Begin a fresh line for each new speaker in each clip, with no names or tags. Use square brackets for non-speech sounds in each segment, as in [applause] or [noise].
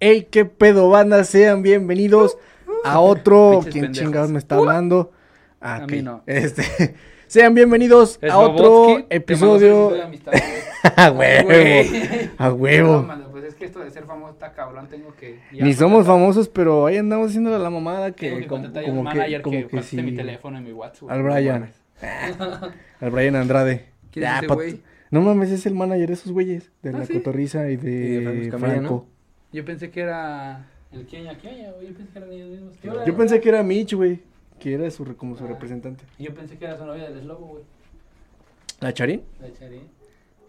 Hey, qué pedo, banda. Sean bienvenidos
Uh,
a otro.
Pinches
¿Quién
pendejos.
chingados me está hablando? Ah,
A
ok.
mí no.
Este, [laughs] sean bienvenidos a otro episodio. [laughs] A huevo. [laughs] A
Huevo.
huevo.
pues es que esto de ser famoso está cabrón, tengo que... ya
Ni somos
contratar-
famosos, pero ahí andamos haciendo la mamada
tengo
que, como,
contratar a un
como que,
manager
como que
conteste
sí.
mi teléfono y mi WhatsApp.
Al Brian. [laughs] Al Brian Andrade.
¿Quién es ese
pa-
güey?
No mames, es el manager de esos güeyes. De
Ah,
la
¿sí?
cotorriza y de,
Y de Franco Escamilla,
Franco.
Yo pensé que era.
El Kenya, Kenya, güey, yo pensé que eran ellos mismos.
Yo pensé que era Mitch, güey. Que era su, re- como su
Ah.
representante.
Yo pensé que era su novia del Slobo, güey,
¿La Charín?
la Charín.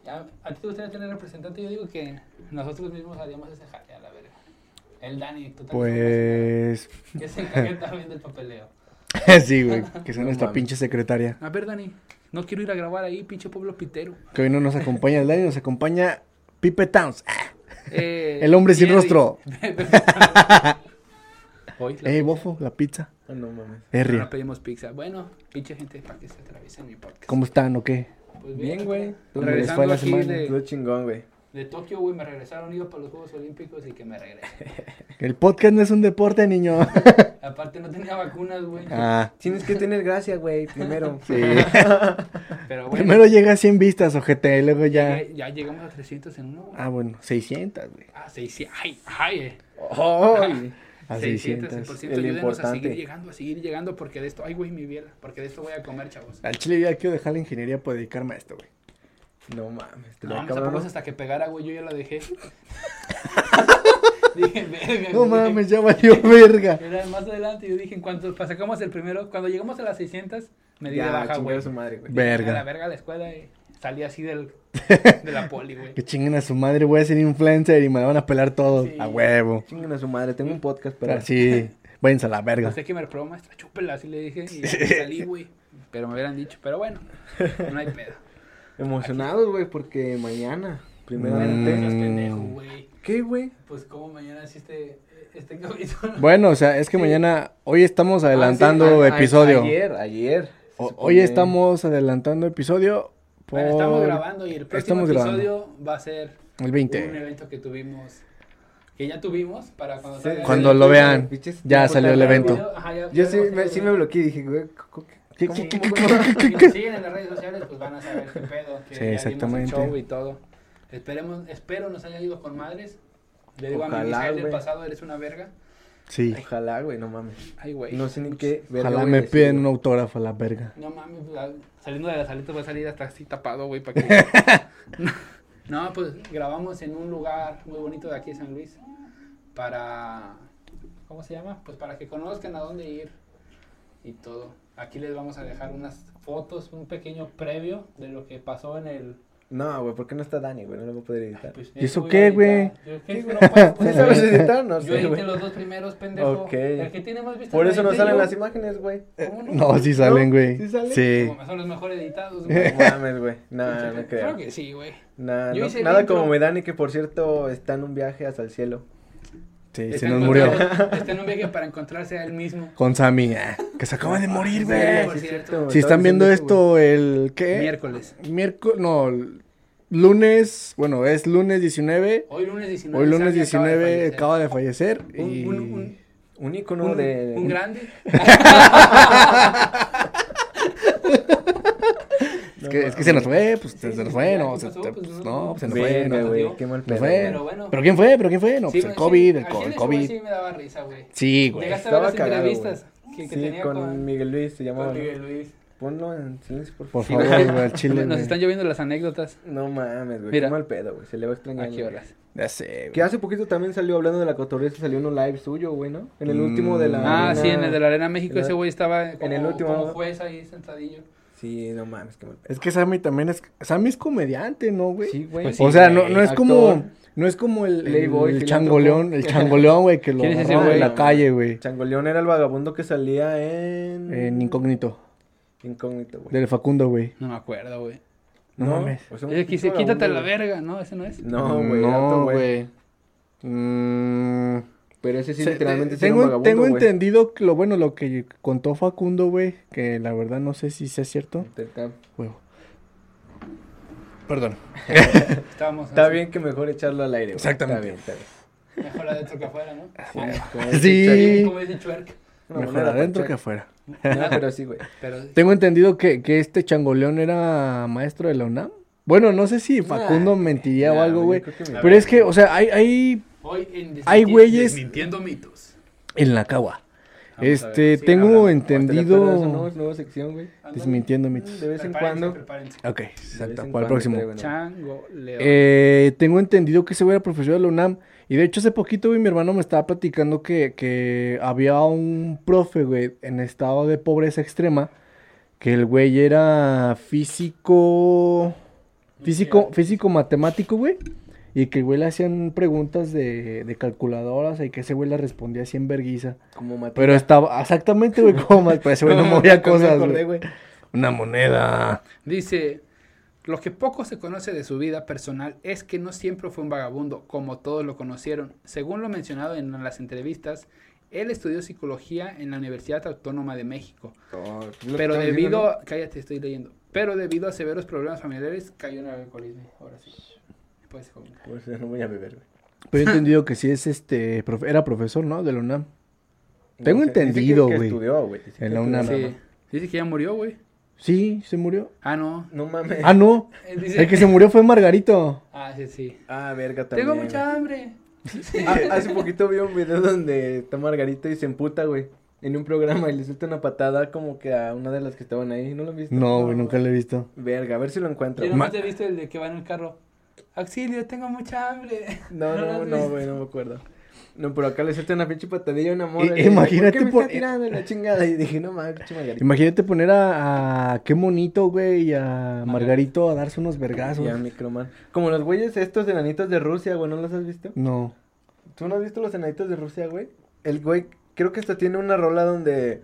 Ya, ¿A ti te gustaría tener representante? Yo digo que nosotros mismos haríamos ese jale a la verga. El Dani, tú
Pues. [laughs]
Que se encargue también del papeleo.
sí, güey. Que sea
No
nuestra
mames.
pinche secretaria.
A ver, Dani. No quiero ir a grabar ahí, pinche pueblo pitero.
Que hoy no nos acompaña el Dani, nos acompaña Pipe Towns. Ah,
Eh,
El hombre sin
Jerry.
rostro.
[laughs] Hoy la-
Eh, bofo, la pizza.
Ah, no mames.
Herria.
no pedimos pizza. Bueno, pinche gente, para que se atraviesen mi podcast.
¿Cómo están o qué?
Pues
Bien, güey.
¿Dónde les
Regresando
fue la
aquí
semana?
de-
Todo chingón, güey.
De Tokio, güey, me regresaron, iba para los Juegos Olímpicos y que me
[laughs]
regresé.
El podcast no es un deporte, niño.
Aparte no tenía vacunas, güey.
ah,
Tienes que tener gracia,
[laughs]
güey, primero.
sí. [laughs]
Pero bueno,
[laughs] Primero llega a 100 vistas, ojete, y luego ya.
Eh, ya llegamos a 300 en uno. güey.
Ah, bueno, 600, güey. Ah,
Ah, 600. Ay, ay. eh.
¡Ay!
A
600,
600.
100%. Ayúdenos
El
a seguir
importante.
llegando, a seguir llegando, porque de esto, ay, güey, mi biela, porque de esto voy a comer, chavos.
Al chile ya quiero dejar la ingeniería para dedicarme a esto, güey.
No mames, te
No,
lo
vamos a
acabo
ponernos
de
hasta que pegara, güey, yo ya la
[laughs]
dejé. dije, verga,
No
güey.
mames, ya valió verga.
era más adelante yo dije, en cuanto pa- sacamos el primero, cuando llegamos a las 600, me di de
Ya,
baja,
chingar
güey.
a su madre, güey.
Ve-
Dije, A
Verga.
la verga a la escuela
eh.
y salí
[laughs]
así del, de la poli, güey.
Que chinguen a su madre, voy a ser influencer y me van a pelar todos.
Sí.
A huevo.
Chingan a su madre, tengo un podcast para... [laughs]
Así. Váyanse a la verga.
Pues,
Pensé que me reprobó maestra, chúpela, así le dije, y ya me salí, güey. Pero me hubieran dicho, pero bueno, no hay pedo.
Emocionados, güey, porque mañana,
[laughs]
pues,
Mm.
Bueno, seas
primeramente...
pendejo, güey.
¿Qué, güey?
Pues como mañana hiciste este capítulo.
Bueno, o sea, es que
Sí.
mañana, hoy estamos adelantando
Ah, sí, a- a-
episodio.
Ayer, ayer. se
O-
supone.
hoy estamos adelantando episodio. Por...
Bueno, estamos grabando y el próximo
Estamos grabando.
episodio va a ser
El
Un
20.
evento que tuvimos, que ya tuvimos para cuando
Sí,
salga
Cuando
el-
lo vean,
Pinches
ya
tiempo
salió el
tan largo.
evento.
video, ajá, ya-
Yo
ya
sí
lo vamos a
me, sí me
ver.
bloqueé, dije, güey, ¿cómo que-
¿Qué-
cómo-
qué- qué-
Sí, bueno, Si nos siguen en las redes sociales, pues van a saber qué pedo. Que
Sí,
ya dimos
exactamente.
El show y todo. Esperemos, espero nos haya ido con madres. Le digo a mi
Ojalá,
Misael del
güey.
pasado, eres una verga.
Sí.
Ojalá, güey, no mames.
Ay, güey.
No sé ni qué... verga
Ojalá
voy a
me
decir,
piden un
güey.
autógrafo a la verga.
No mames, pues, al- saliendo de la salita voy a salir hasta así tapado, güey, para [laughs] no, pues grabamos en un lugar muy bonito de aquí de San Luis para ¿cómo se llama? Pues para que conozcan a dónde ir y todo. Aquí les vamos a dejar unas fotos, un pequeño previo de lo que pasó en el
No, güey, ¿por qué no está Dani, güey? No lo voy a poder editar.
pues,
¿Y eso
voy a
qué,
editar. Yo- ¿qué? No puedes-
¿Sí sabes editar? No
Yo
sé,
edité
güey.
los dos primeros, pendejo.
Ok.
El que tiene más vistas
Por
lo
eso no
edité
salen
yo.
las imágenes,
[laughs]
güey.
¿Cómo
No, sí salen, güey.
¿Sí salen?
Sí.
Como Son los mejor editados,
No [laughs]
güey.
mames, güey. Ah, No, no creo.
Claro que sí, güey.
Nah,
Yo
no-
hice el
nada
intro.
como me Dani, que por cierto está en un viaje hasta el cielo.
Sí, se
Está
nos
en-
murió.
Está en un viaje para encontrarse a él mismo.
Con Sammy. ah, que se acaba de morir, güey.
por
Sí,
cierto.
es cierto, güey,
Si
estaba
están viendo
diciendo este
esto el ¿qué?
Miércoles.
Miércoles, no, l- lunes, bueno, es lunes 19.
Hoy lunes 19.
Hoy lunes
Santi acaba de
19
fallecer.
acaba de fallecer
eso, güey.
y
Un, un, un, un ícono
un,
de...
un grande.
es que, es que se nos fue, pues se nos fue, no,
¿qué
se,
pasó?
se-
Pues,
pues,
no.
no, se nos fue,
Verga,
no,
güey.
güey, qué mal
se nos
pedo.
fue.
Pero bueno.
Pero quién fue, pero quién fue, no,
Sí,
pues
güey,
el
sí.
COVID, el
Al
co- el
chile,
COVID.
Sí, me daba risa, güey.
Sí, güey.
Llegaste a ver
Estaba
las
cagado,
entrevistas que, que
Sí,
tenía
con,
con,
Miguel Luis se llamaba.
con
¿no?
Miguel Luis.
Ponlo en silencio, por
Por
favor.
favor,
güey.
güey, al chile.
Nos
güey.
están lloviendo las anécdotas.
[laughs] No mames, güey.
Mira.
Qué mal pedo, güey. Se le va a extrañar.
¿A qué
güey.
horas?
Ya sé,
Que
güey.
hace poquito también salió hablando de la cotorriza, salió en un live suyo, güey, ¿no? En el
Mm.
último de la...
Ah,
arena-
sí, en el de la Arena México ese güey estaba...
En el
como-
último-
Como juez ahí sentadillo.
Sí, no mames, qué mal pedo.
Es que Sammy también es Sammy es comediante, ¿no, güey?
Sí, güey.
Pues sí,
o sea, no, no es
Actor.
como no es como el,
Playboy,
el, el
filántropo.
changoleón, el
[laughs]
changoleón, güey, que lo
¿Quién es ese
agarraban en
güey?
la calle, güey.
Changoleón era el vagabundo que salía en...
En incógnito.
Incógnito, güey.
Del Facundo, güey.
No me acuerdo, güey.
No, mames.
pues un
Ella que dice,
vagabundo,
quítate la
güey.
verga, ¿no? Ese no
[laughs]
es.
No, güey.
No,
alto,
güey. Mm,
Pero ese sí,
se-
literalmente
te-
sí era un
tengo,
vagabundo,
tengo
güey.
entendido que lo bueno, lo que contó Facundo, güey, que la verdad no sé si sea cierto.
Está-
Huevo. Perdón.
Estábamos
Está
así.
bien que mejor echarlo al aire. güey.
Exactamente.
Está bien, está bien.
Mejor adentro que afuera, ¿no?
Ah,
[laughs] Sí.
Como dice Chuerk.
Una
Mejor
moneda
adentro
pa'
que afuera.
No,
[laughs]
pero sí, güey.
Pero
Tengo entendido que, que este changoleón era maestro de la UNAM. Bueno, no sé si Facundo mentiría o
Nah,
algo, güey.
yo creo que me-
Pero es que, o sea, hay, hay
hoy en desminti-
Hay güeyes-
Desmintiendo mitos.
en la cagua.
a ver,
Este,
sí,
tengo
hablando.
Hasta la perra, eso no
entendido.
es nueva sección, güey.
Ándale.
Desmintiendo mitos.
De vez en
Prepárense,
cuando.
prepárense.
Ok,
De vez
exacto.
en
Para
cuando,
el próximo.
pero bueno.
Chango, león.
Eh, tengo entendido que ese güey era profesor de la UNAM. Y de hecho, hace poquito, güey, mi hermano me estaba platicando que, que había un profe, güey, en estado de pobreza extrema. Que el güey era físico. Físico, físico matemático, güey. Y que el güey le hacían preguntas de, de calculadoras y que ese güey le respondía así en verguiza.
Como Mateo.
Pero estaba exactamente, güey, como más. Pero ese
[laughs]
güey no movía cosas, güey.
güey.
Una moneda.
Dice, lo que poco se conoce de su vida personal es que no siempre fue un vagabundo, como todos lo conocieron. Según lo mencionado en las entrevistas, él estudió psicología en la Universidad Autónoma de México, pero debido a... Cállate, estoy leyendo. Pero debido a severos problemas familiares, cayó en el alcoholismo. Ahora sí. Puedes comentar.
Pues no voy a beber, güey.
Pero he entendido que sí es este. profe- era profesor, ¿no? De la UNAM. Tengo
Dice- dice
entendido,
que- que
güey.
estudió, güey. Dice
En
que
la
estudió.
UNAM.
Sí.
Sí. Dice que ya murió, güey.
Sí, se murió.
Ah, no.
No mames.
Ah, no.
Eh, dice-
El que se murió fue
[laughs]
Margarito.
Ah, sí, sí.
Ah, verga también.
Tengo
güey.
mucha hambre.
[laughs] Ah, hace poquito vi un video donde está Margarito y se emputa, güey. En un programa y le suelta una patada como que a una de las que estaban ahí. ¿No lo viste?
No, güey, nunca lo he visto.
Verga, a ver si lo encuentro.
Yo
Ma-
no te he visto el de que va en el carro. Auxilio, tengo mucha hambre.
No,
lo
no,
has
no,
visto.
güey, no me acuerdo. No, pero acá le suelta una pinche patadilla a una morra.
Eh,
y le dice,
imagínate
¿Por qué me
por-
está tirando la chingada? Y dije, no mames, pinche Margarito.
Imagínate poner a, a qué monito, güey, y a Margarito a darse unos vergazos.
Ya, microman. Como los güeyes estos enanitos de Rusia, güey, ¿no los has visto?
No.
¿Tú no has visto los enanitos de Rusia, güey? El güey, creo que hasta tiene una rola donde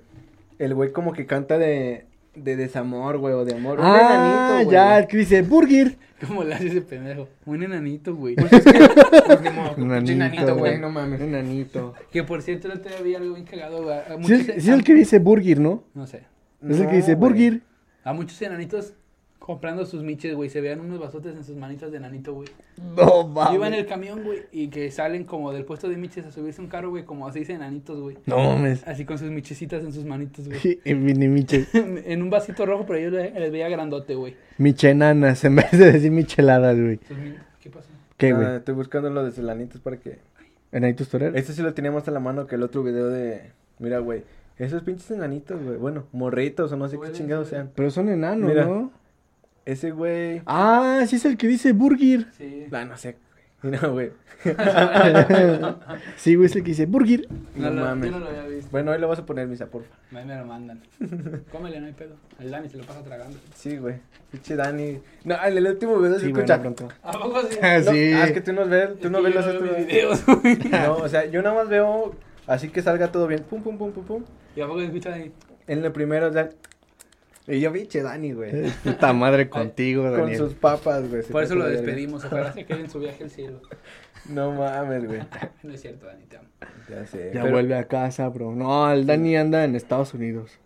el güey como que canta de, de desamor, güey, o de amor. Un enanito,
Ah,
güey.
ya, el que dice Burger.
¿Cómo le hace ese pendejo? Un enanito, güey.
Pues, ni modo,
Un
pinche enanito,
enanito,
güey,
güey.
no mames.
Enanito.
Que por cierto, no te había algo bien cagado, güey. A
Sí,
muchos-
es, sí es el que dice Burger, ¿no?
No sé.
Es el
No,
que dice
güey.
Burger.
A muchos enanitos comprando sus miches, güey. Se vean unos bazotes en sus manitas de enanito, güey.
No,
Yo iba en
mames.
el camión, güey, y que salen como del puesto de miches a subirse a un carro, güey, como seis enanitos, güey.
No mames. [laughs]
Así con sus michecitas en sus manitos, güey.
En mini miche,
[laughs] en un vasito rojo, pero yo le- les veía grandote, güey.
michenanas, en vez de decir micheladas, güey.
Sus mi- ¿Qué pasó?
¿Qué,
Ah,
güey?
estoy buscando los de enanitos para que...
¿Enanitos toreros?
Este sí lo tenía más a la mano que el otro video de... Mira, güey, esos pinches enanitos, güey. Bueno, morritos o no sé qué
Huelen,
chingados
huelen.
sean.
Pero son enanos,
Mira.
¿no?
Ese güey...
Ah, sí es el que dice Burger.
Sí.
Ah, no sé. Mira, güey. [laughs]
[laughs] Sí, güey, es el que dice Burger.
No,
No
lo-
mames.
Yo no lo había visto.
Bueno, ahí lo vas a poner, misa, porfa.
Ahí me lo mandan. [laughs] Cómele, no hay pedo. El Dani se lo pasa tragando.
Sí, güey. Pinche Dani. No, en el último video se
Sí, güey,
escucha.
no, pronto.
¿A poco [laughs] sí?
Ah,
No,
sí.
ah, es que tú no ves, tú no ves los
otros
otros
videos, güey.
[laughs] No, o sea, yo nada más veo así que salga todo bien. Pum, pum, pum, pum, pum.
[laughs] ¿Y a poco escucha ahí?
En el primero, o sea. Y yo, pinche Dani, güey.
[laughs] Eh, Puta madre contigo,
Con
Daniel.
sus papas, güey. se
Por eso
pasó
lo
de verga.
despedimos. Ojalá se quede en su viaje al cielo.
No mames, güey.
No es cierto, Dani, te amo.
Ya sé.
[laughs] Ya
pero-
vuelve a casa, bro. No, el Dani anda en Estados Unidos.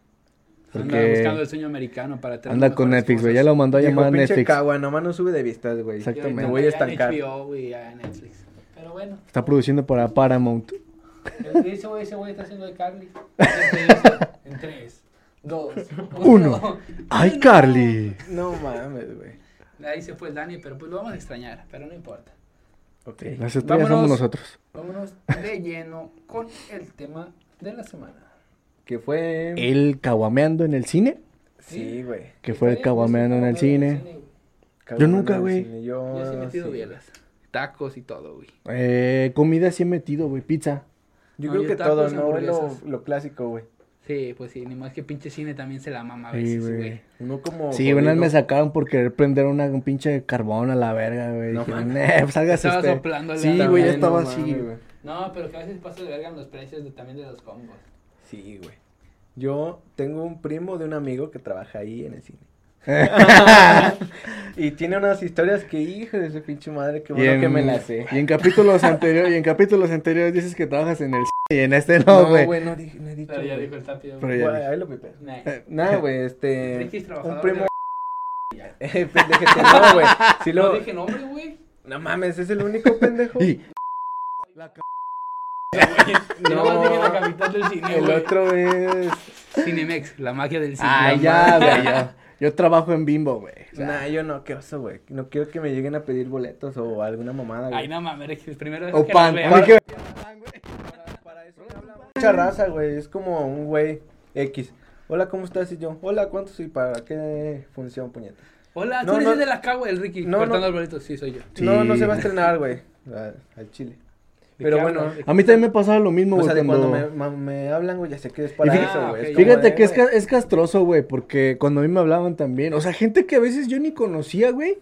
Anda buscando
Porque
el sueño americano para tener
anda con
mejores
Netflix, güey. Ya
cosas.
lo mandó a
Dijo,
llamar a
pinche
Netflix.
Cagua, nomás no sube de vistas, güey.
Exacto.
Y ahorita
Me
anda
voy a
ya en
estancar.
HBO, güey, ya en Netflix. Pero [laughs] bueno,
Está produciendo para Paramount.
ese güey, ese güey está haciendo de Carly. [laughs] Siempre dice, En tres, dos,
Uno. ¡Ay, Carly!
No mames, güey.
Ahí se fue el Dani, pero pues lo vamos a extrañar, pero no importa.
Ok.
Las estrellas somos
Vámonos.
nosotros.
Vámonos de lleno con el tema de la semana.
Que fue.
El caguameando en el cine.
Sí, güey.
Que fue el caguameando en el cine. Ah,
Cagua,
nunca,
no,
güey.
sí, Yo,
Yo sí he metido
sí.
bielas, tacos y todo, güey.
Eh, comida sí he metido, güey. Pizza.
Yo
No,
creo
yo
que
tacos,
todo, ¿no? güey? Lo,
hamburguesas.
lo clásico, güey.
Sí, pues sí, ni más que pinche cine también se la mama a
Sí,
veces,
güey.
güey.
Uno como.
Sí, una vez me
jodido.
sacaron por querer prender una, un pinche carbón a la verga, güey.
No
Dijeron,
mames.
"Eh, pues sálgase
Estaba
usted". [laughs]
soplando la-
Sí,
También,
güey, ya
no
estaba
mames,
así.
güey.
No, pero que a veces pasa de verga en los precios de- también de los combos.
Sí, güey. Yo tengo un primo de un amigo que trabaja ahí en el cine. y tiene unas historias que, hijo de su pinche madre, que
Y
bueno
en,
que me las sé.
y en capítulos anteriores, y en capítulos anteriores dices que trabajas en el c- y en este [laughs] no, güey.
no, dije- no he dicho.
Pero ya
güey.
dijo el tapio.
Pero eh,
Güey,
ya
ahí lo
[laughs]
pipé.
Nah.
Nada, güey, este.
Ricky es trabajador
Un
de [laughs]
primo.
la-
[laughs] Eh, pendejete, no, güey. Sí
No
lo.
dije nombre, güey.
No mames, es el único pendejo.
Y
No,
No.
más dije la capital del cine,
El
güey.
otro es.
Cinemex, la magia del cine.
Ah, ya, güey, ya. Yo trabajo en Bimbo, güey. O sea,
Nah, yo no, qué oso, güey. No quiero que me lleguen a pedir boletos o alguna mamada, güey.
Ay, no mames, el primero es
O
que
pan.
la
a mí
vea.
que-
Mucha raza, güey. Es como un güey X. Hola, ¿cómo estás? Y yo, hola, ¿cuántos y para qué función, puñeta?
Hola, tú
No,
eres
no.
el de la K, güey, el Ricky.
No,
cortando
no.
el boleto, sí, soy yo.
Sí.
No, no se va a estrenar, güey. a- Al chile.
¿De
Pero
qué
bueno,
hablas?
A mí también me pasaba lo mismo,
o
güey.
sea, de
cuando-
cuando me, ma- me hablan, güey, ya sé que es para
Y fíjate-
eso, güey.
Ah,
es
ok,
como
Fíjate
de,
que es,
güey,
ca- es castroso, güey, porque cuando a mí me hablaban también, o sea, gente que a veces yo ni conocía, güey,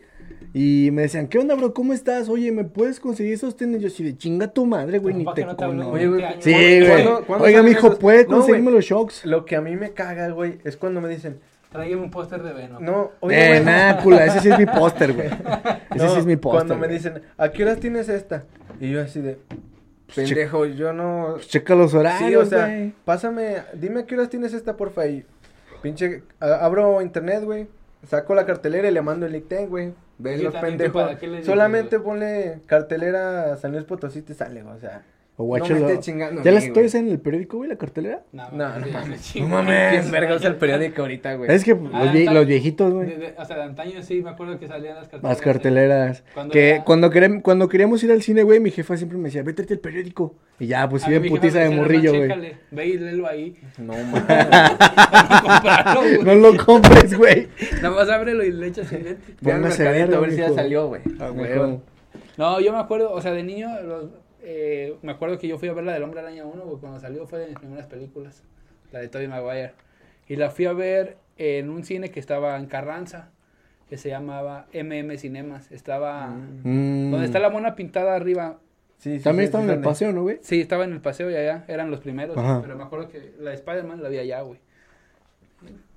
y me decían, ¿qué onda, bro? ¿Cómo estás? Oye, ¿¿me puedes conseguir esos tenis? Yo así de chinga tu madre, güey, ni
Papá,
te
que no te habló
conozco.
en
Oye, güey,
20 años.
Sí, güey.
¿Cuándo- cuándo
Oiga,
salen
mijo,
esos?
¿puede
No, güey.
conseguirme los shocks?
Lo que a mí me caga, güey, es cuando me dicen,
Tráigame un póster de Venom.
no, oye,
Eh,
güey, [laughs]
nada, cula, ese sí es mi póster, güey. Ese
no,
sí es mi póster.
Cuando me
güey.
dicen, ¿a qué horas tienes esta? Y yo así de, pendejo, yo no,
Pues checa los
Sí, o
horarios,
sea,
güey.
pásame, dime a qué horas tienes esta, porfa, y pinche, a- abro internet, güey, saco la cartelera y le mando el link, ten, güey, ves
Sí,
los
también,
pendejos,
¿para qué le dices,
solamente ponle cartelera a San Luis Potosí y te sale, güey, o sea,
O
no
guáchalo.
me estés chingando
¿Ya
a
las
mí,
estoy
güey.
en el periódico, güey, la cartelera?
No,
No,
no,
no
no,
mames.
chingo.
¿Quién verga usa el periódico ahorita, güey?
Es que los, vie-
tal-
los viejitos,
De-
güey.
de- o sea, de antaño sí, me acuerdo que salían las carteleras.
Las carteleras.
Cuando
que
era-
cuando, querem- cuando queríamos ir al cine, güey, mi jefa siempre me decía, vete el periódico. Y ya, pues sí,
A mí
de
mi jefa
putiza
me
de
decía,
morrillo,
"No,
güey.
chécale, Ve y léelo ahí. [laughs]
No, mames.
Comprarlo,
[laughs]
güey.
[laughs]
No lo compres, güey.
Nada más ábrelo y le echas el lente.
Póngase
Ya en el mercadito,
verga,
a ver si ya
mijo.
salió, güey.
Ah, güey.
Mejor.
No, yo me acuerdo, o sea, de niño, los- eh, me acuerdo que yo fui a ver la del Hombre Araña 1, güey, cuando salió fue de mis primeras películas, la de Tobey Maguire. Y la fui a ver en un cine que estaba en Carranza, que se llamaba MM Cinemas. Estaba,
Mm.
donde está la mona pintada arriba.
Sí, sí, sí,
También estaba
sí,
en el
sale.
paseo, ¿no, güey?
Sí, estaba en el paseo y allá, eran los primeros,
Ajá.
pero me acuerdo que la de Spider-Man la vi allá, güey.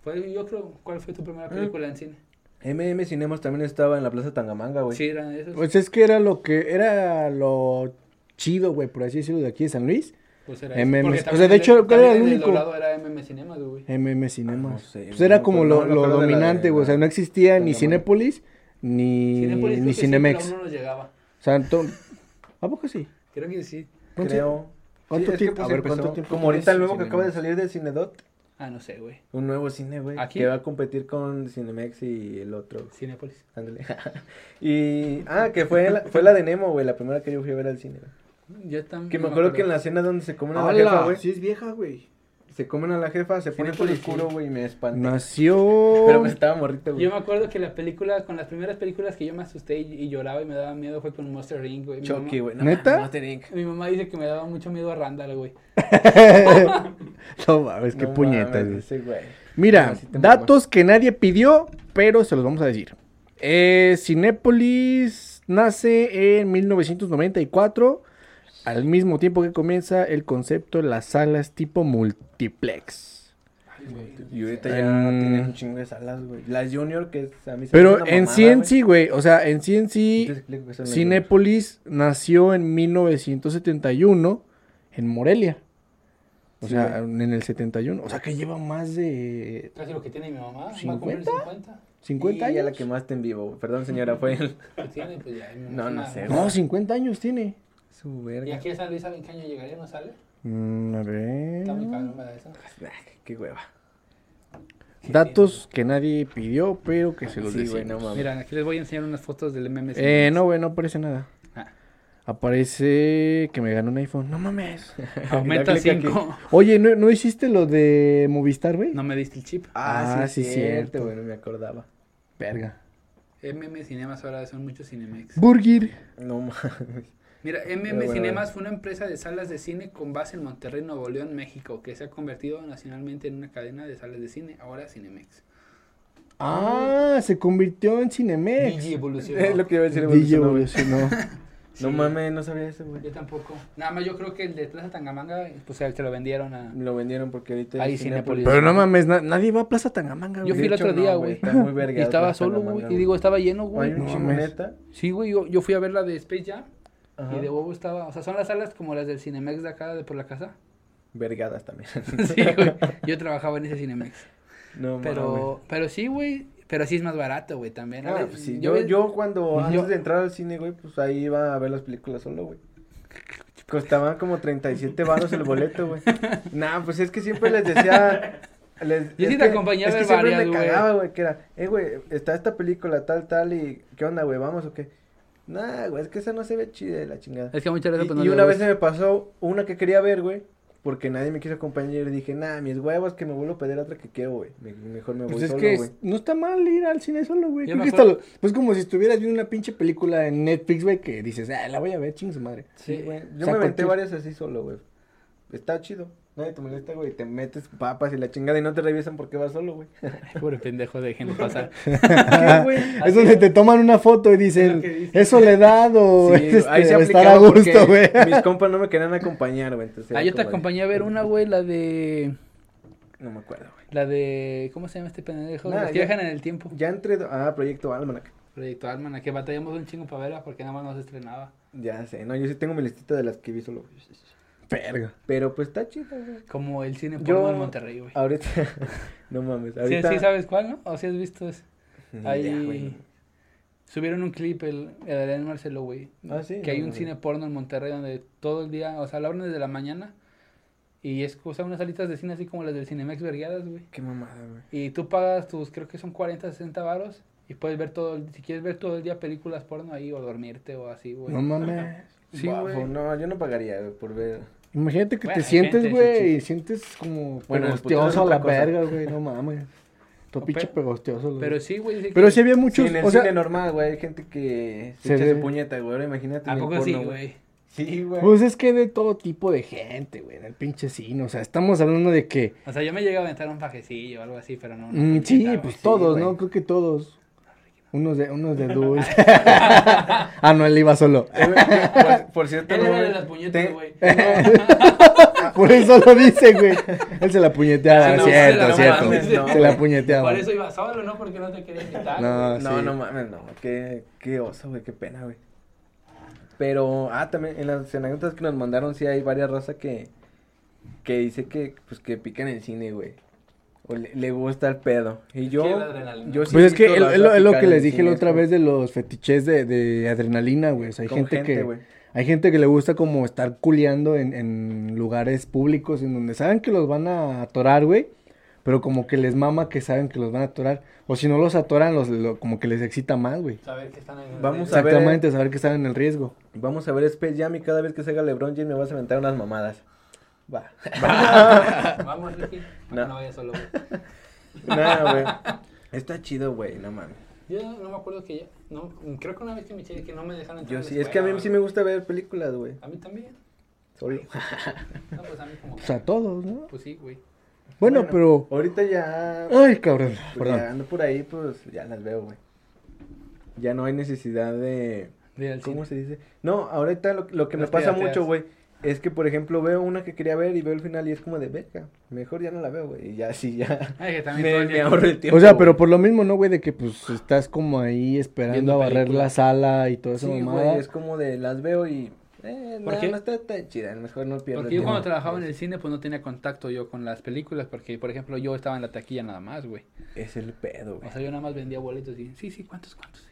Fue, yo creo, ¿cuál fue tu
Eh.
primera película en cine?
MM Cinemas también estaba en la Plaza Tangamanga, güey.
Sí, eran esos.
Pues es que era lo que, era lo chido, güey, por así decirlo, de aquí de San Luis.
Pues era
MM.
eso. Porque
O sea,
también
de hecho,
el-
¿cuál era
también
el
de
único?
Dorado era MM Cinemas, güey.
MM Cinemas.
Ah, no sé,
pues
güey,
era
no,
como
pero
lo,
no, no
lo
creo de la de-
dominante, güey. O sea, no existía ni
Tangamanga.
Cinépolis ni,
Cinépolis creo
ni
que sí,
Cinemex.
pero aún no nos llegaba.
O sea, to- ¿a poco sí?
Creo que sí.
¿Cuánto-
Creo.
¿Cuánto
Sí, es que,
tiempo?
pues,
a ver,
empezó-
¿cuánto tiempo?
Como ahorita el nuevo que
Cinemex?
acaba de salir de Cinedot.
Ah, no sé, güey.
Un nuevo cine, güey.
¿Aquí?
Que va a competir con Cinemex y el otro.
Cinépolis.
Ándale. [laughs] y. Ah, que fue la, fue la de Nemo, güey. La primera que yo fui a ver al cine. güey.
Yo también.
Que me acuerdo que en la cena donde se comen a la
¡Hala!
jefa, güey.
Sí es vieja, güey.
Se comen a la jefa, se pone todo
Cinépolis,
oscuro, güey. Y me espanté.
Nació.
Pero pues, me estaba morrito, güey.
Yo me acuerdo que las películas, con las primeras películas que yo me asusté y, y lloraba y me daba miedo fue con Monster Inc, güey. Mi
Chucky,
mamá-
güey. No,
¿Neta?
Monster Inc.
Mi mamá dice que me daba mucho miedo a Randall, güey.
[laughs] No mames, qué
No
puñetas.
mames,
güey.
ese güey.
Mira,
No, sí te
datos que nadie pidió, pero se los vamos a decir. Eh, Cinépolis nace en 1994, al mismo tiempo que comienza el concepto de las salas tipo multiplex.
Y ahorita
Sí.
ya
Mm.
tienen un chingo de salas, güey. Las Junior, que es a mí se me hace
Pero
una
en
mamada,
sí en
güey.
sí, güey, o sea, en sí en sí,
Yo te explico que son las Junior.
Cinépolis nació en 1971 en Morelia. O
Sí,
sea, en el 71. O sea, que lleva más de
Casi lo que tiene mi mamá. Va a cumplir
50?
50.
50
Y ya la
años.
quemaste en vivo. güey. Perdón, señora,
[laughs]
fue el...
Lo tiene, pues ya. mi mamá
No,
es
no
una-
sé, güey.
No, 50 años tiene.
Su
¿Y
verga.
aquí en San Luis saben qué año llegaría? ¿No sale?
Mm, a
Está muy
ver.
cabrón, ¿verdad? Eso.
Ah, Qué hueva.
Datos que nadie pidió, pero que se los
Sí, güey,
decimos.
no mames.
Mira, aquí les voy a enseñar unas fotos del MMC.
Eh, no, güey, no aparece nada.
Ah.
Aparece que me ganó un iPhone. No mames.
[laughs]
Aumenta
Da clic aquí.
5.
Oye, ¿no, no hiciste lo de Movistar, güey?
No me diste el chip.
Ah,
Ah,
sí,
sí, cierto.
cierto, güey, no me acordaba.
Verga.
MM Cinemas ahora son muchos Cinemex.
Burger.
No [laughs] mames.
Mira, MM
Pero bueno,
Cinemas fue una empresa de salas de cine con base en Monterrey, Nuevo León, México, que se ha convertido nacionalmente en una cadena de salas de cine, ahora Cinemex.
Ah, se convirtió en Cinemex.
Digi
Es
evolucionó.
Eh, lo que iba a decir, güey.
DJ
No, güey.
evolucionó.
[laughs] No mames, no sabía eso, güey.
Yo tampoco. Nada más yo creo que el de Plaza Tangamanga, pues se se lo vendieron a...
Lo vendieron porque ahorita...
Ahí
es
Cinépolis.
Pero no mames, na- nadie va a Plaza Tangamanga, güey.
Yo fui el
de hecho,
otro día,
no,
güey.
güey, está muy
y [laughs]
verga
estaba
Plaza
solo, güey.
Tangamanga,
Y digo, estaba lleno,
Hay
güey.
un
No
chingo,
mames.
neta.
Sí, güey, yo, yo fui a ver la de Space Jam
Ajá.
y de huevo estaba... O sea, son las salas como las del Cinemex de acá, de por la casa. [laughs]
Vergadas también. [laughs]
sí, güey. Yo trabajaba en ese Cinemex.
No mames.
Pero, pero sí, güey. Pero sí es más barato, güey, también. A
Ah,
ver,
pues sí, Yo,
ves-
yo cuando
Yo-
antes de entrar al cine, güey, pues ahí iba a ver las películas solo, güey. Costaban como 37 varos el boleto,
[laughs]
güey. Nah, pues es que siempre les decía. Les,
Yo
es
sí te
que-
acompañé a
es que
ver
siempre
varias,
me
güey.
cagaba, güey, que era, eh, güey, está esta película tal, tal, y ¿qué onda, güey? ¿Vamos o qué? Nah, güey, es que esa no se ve chida de la chingada.
Es que muchas veces. pues, no
Y, y
le
una vez
gusta.
se me pasó una que quería ver, güey, porque nadie me quiso acompañar y le dije, nah, mis huevos, que me vuelvo a pedir otra que quiero, güey. Me- mejor me voy
Pues es
solo,
que
güey.
es- no está mal ir al cine solo, güey.
Yo
Creo
me
que
acuerdo-
hasta lo- pues como si estuvieras viendo una pinche película en Netflix, güey, que dices, ah, la voy a ver, ching su madre.
Sí, güey. Yo
O sea,
me aventé
cualquier-
varias así solo, güey. Está chido. Nadie te molesta, güey. Te metes papas y la chingada y no te revisan porque vas solo, güey.
[laughs] Pobre pendejo,
[laughs]
déjenlo pasar.
es donde te toman una foto y dicen,
que
es,
dice.
soledad o
Sí,
es, este,
ahí se
o estar a
aplicaba porque
gusto, güey. [laughs]
Mis compas no me querían acompañar, güey. Entonces,
Ah,
era
yo te
como de-
acompañé a ver una, güey, la de.
No me acuerdo, güey.
La de. ¿Cómo se llama este pendejo?
Nah,
Los que
ya-
viajan en el tiempo.
Ya entre. Ah, Proyecto Almanac.
Proyecto Alman, que batallamos un chingo para verla porque nada más no se estrenaba.
Ya sé, no, yo sí tengo mi listita de las que vi solo. güey.
Verga.
Pero pues está chido, güey.
Como el cine
Yo-
porno en Monterrey, güey.
Ahorita. [laughs] no mames.
Sí,
Ahorita.
sí sabes cuál, ¿no? O si has visto eso.
Ni
Ahí
idea, güey.
subieron un clip el, el Adrián Marcelo, güey.
Ah, sí,
Que hay
no,
un
no.
cine porno en Monterrey donde todo el día, o sea, la orden desde la mañana. Y es cosa unas salitas de cine así como las del Cinemex vergueadas, güey.
Qué mamada, güey.
Y tú pagas tus, creo que son 40, 60 varos. Y puedes ver todo, el- si quieres ver todo el día películas porno ahí o dormirte o así, güey.
No mames.
Sí,
Bafo,
güey.
No, yo no pagaría, güey, por ver.
Imagínate que
Bueno, hay
te sientes,
gente, sí,
güey, y sientes como
Bueno, el putero es
pegostioso a la
otra cosa.
verga, güey, no mames. Tu
O
pinche
pe-
pegostioso, güey.
Pero sí, güey. dice
Pero
que-
sí había
Sí,
muchos,
en el
o sea,
cine normal, güey, hay gente que se,
Se
echa
ve.
su puñeta, güey. Ahora imagínate
¿A
en el
poco
porno,
sí, güey?
Sí, güey.
pues es que de todo tipo de gente, güey, en el pinche cine, o sea, estamos hablando de que,
O sea, yo me llegué a aventar un pajecillo o algo así, pero no. no
mm,
fue
sí,
neta, güey.
pues todos,
güey.
¿no? Creo que todos. Unos de, unos de dulce. [laughs] ah, no, él iba solo.
[laughs] Eh, güey, por, por cierto,
Él [laughs]
no,
era de
güey,
las puñetas,
te- [laughs]
güey.
Por eso lo dice, güey. Él se la puñeteaba,
Ah, no,
cierto,
se la-
cierto.
no mames, no,
se la
güey.
puñeteaba.
Por eso iba solo, ¿no? Porque no te quería invitar.
No,
güey.
No,
Ah, sí.
no mames, no. Qué, qué oso, güey, qué pena, güey. Pero, ah, también en las anécdotas que nos mandaron, sí hay varias razas que, que dice que, pues, que pican el cine, güey. O le, le gusta el pedo. Y yo,
que la adrenalina.
yo sí
Pues
he
es que
visto
es
raza
es lo, es lo
picar
que
en
les
el
dije
cine,
la
es
otra
como-
vez de los fetiches de, de adrenalina, güey. O sea, hay
con
gente, que
güey.
hay gente que le gusta como estar culeando en, en lugares públicos en donde saben que los van a atorar, güey. Pero como que les mama que saben que los van a atorar. O si no los atoran, los, lo- como que les excita más, güey.
Saber que están en el
Vamos a- ver,
Exactamente, saber que están en el riesgo.
Vamos a ver Space Jam y cada vez que salga LeBron James me vas a aventar unas mamadas. Va.
[laughs]
[laughs]
Vamos, Ricky. No.
No.
no vaya solo, güey.
Nada, güey. [laughs] Está chido, güey, no mames.
Yo no me acuerdo que ya. No, creo que una vez que me eché que no me dejaron entrar.
Yo
a la
sí, es que a mí
escuela,
sí me gusta ver películas, güey.
A mí también.
[laughs] Solo.
No, pues a mí como.
O sea, todos, ¿no?
Pues sí, güey.
Bueno, pero...
Ahorita ya.
Ay, cabrón,
pues, ya
perdón.
ando por ahí, pues ya las veo, güey. Ya no hay necesidad de.
De al
¿Cómo
cine.
se dice? No, ahorita lo, lo que me
Las
pasa
pirateas.
mucho, güey. Es que, por ejemplo, veo una que quería ver y veo el final y es como de verga. Mejor ya no la veo, güey. Y ya sí, ya.
Ay, que también todo
Me,
el
me
día-
ahorro el tiempo.
O sea, pero
güey.
por lo mismo, ¿no, güey? De que pues estás como ahí esperando
Viendo
a barrer
películas.
la sala y toda esa
Sí,
mamada.
güey, es como de las veo y. Eh,
¿Por
no,
qué?
no está tan chida. Mejor no pierdo
Porque yo cuando trabajaba en el cine, pues no tenía contacto yo con las películas. Porque, por ejemplo, yo estaba en la taquilla nada más, güey.
Es el pedo, güey.
O sea, yo nada más vendía boletos y. Sí, sí, ¿cuántos, cuántos?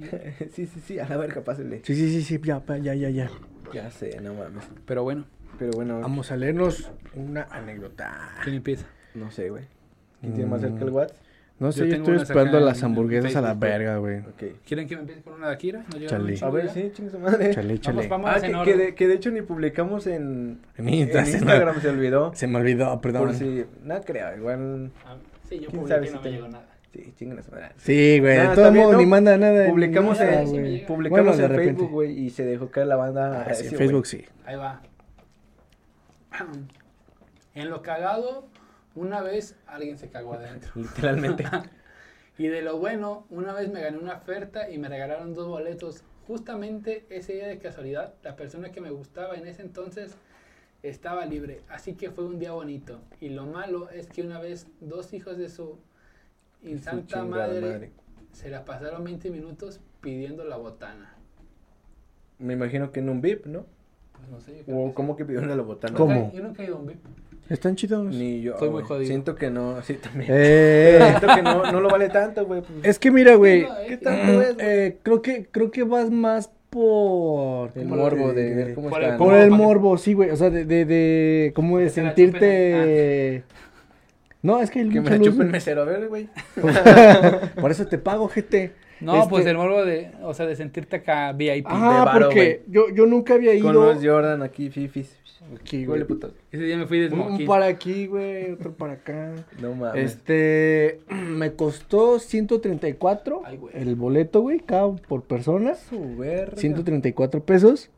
Sí, sí.
[laughs] sí, sí, sí, a la verga, pásenle.
Sí, sí, sí, sí, ya, pa- ya, ya, ya.
Ya sé, no mames.
Pero bueno,
Pero bueno,
Vamos a leernos una anécdota.
¿quién empieza?
no sé, güey. ¿Quién tiene más
Mm.
cerca el WhatsApp?
No sé,
Yo
yo,
tengo
estoy
unas
esperando
acá
las
en-
hamburguesas
en
a la
Facebook.
verga, güey.
Ok.
¿Quieren que me empiece con una de Akira? ¿No llegaron
Chale.
un chingo
A ver,
ya?
sí, chingue su madre.
Chale, chale.
Vamos, vamos
Ah,
en
que, que
orden.
de, que de hecho ni publicamos en,
En
en
Insta, [laughs] se me-
Instagram, se olvidó.
Se me olvidó, perdón.
Por si, no creo, igual,
Ah, Sí, yo
¿Quién
publiqué
sabe
que
si
no me
te-
llegó nada.
sí, chinguen a su madre.
Sí, güey,
Nada,
de todo
está bien,
modo,
¿no?
ni manda nada. en
Publicamos
nada,
en,
sí me
güey.
llega.
publicamos
Bueno, de
en
repente.
Facebook, güey, y se dejó caer la banda.
Ah, sí,
ese,
en
güey.
Facebook sí.
Ahí va. [clears throat] En lo cagado, una vez alguien se cagó adentro.
[laughs] Literalmente.
Y de lo bueno, una vez me gané una oferta y me regalaron dos boletos. Justamente ese día de casualidad, la persona que me gustaba en ese entonces estaba libre. Así que fue un día bonito. Y lo malo es que una vez dos hijos de su insanta
Su chingada
madre, se la pasaron 20 minutos pidiendo la botana.
Me imagino que en un VIP, ¿no?
Pues no sé. yo creo que
O
sí.
cómo que pidieron la botana.
¿Cómo?
Nunca- Yo nunca he ido a un VIP.
[laughs] Están chidos.
Ni yo.
Estoy muy
güey.
jodido.
Siento que no, sí, también.
Eh,
Siento que no, no lo vale tanto, güey. pues.
es que mira, güey.
No, eh,
¿Qué tanto es, güey?
eh, creo que creo que vas más por...
El
¿cómo lo
morbo de
diré?
ver cómo
Por el-
están.
Por
No,
el
pa' que-
morbo, sí, güey. O sea, de, de, de- como de
Que se la
sentirte... No, es que hay
Que me
mucha
la
luz,
chupe el
güey.
mesero, a ver, güey.
[laughs] Por eso te pago, gente.
No,
Este-
pues el morbo de, o sea, de sentirte acá VIP.
Ah,
varo,
porque yo, yo nunca había ido...
Con los Jordan aquí, fifis.
Aquí, güey.
Huele putas.
Ese día me fui de
Un- Un,
smoking. [laughs]
para aquí, güey, otro para acá.
No mames.
Este, [clears throat] me costó 134
Ay, güey.
el boleto, güey, cada por persona.
Su verga.
134 pesos.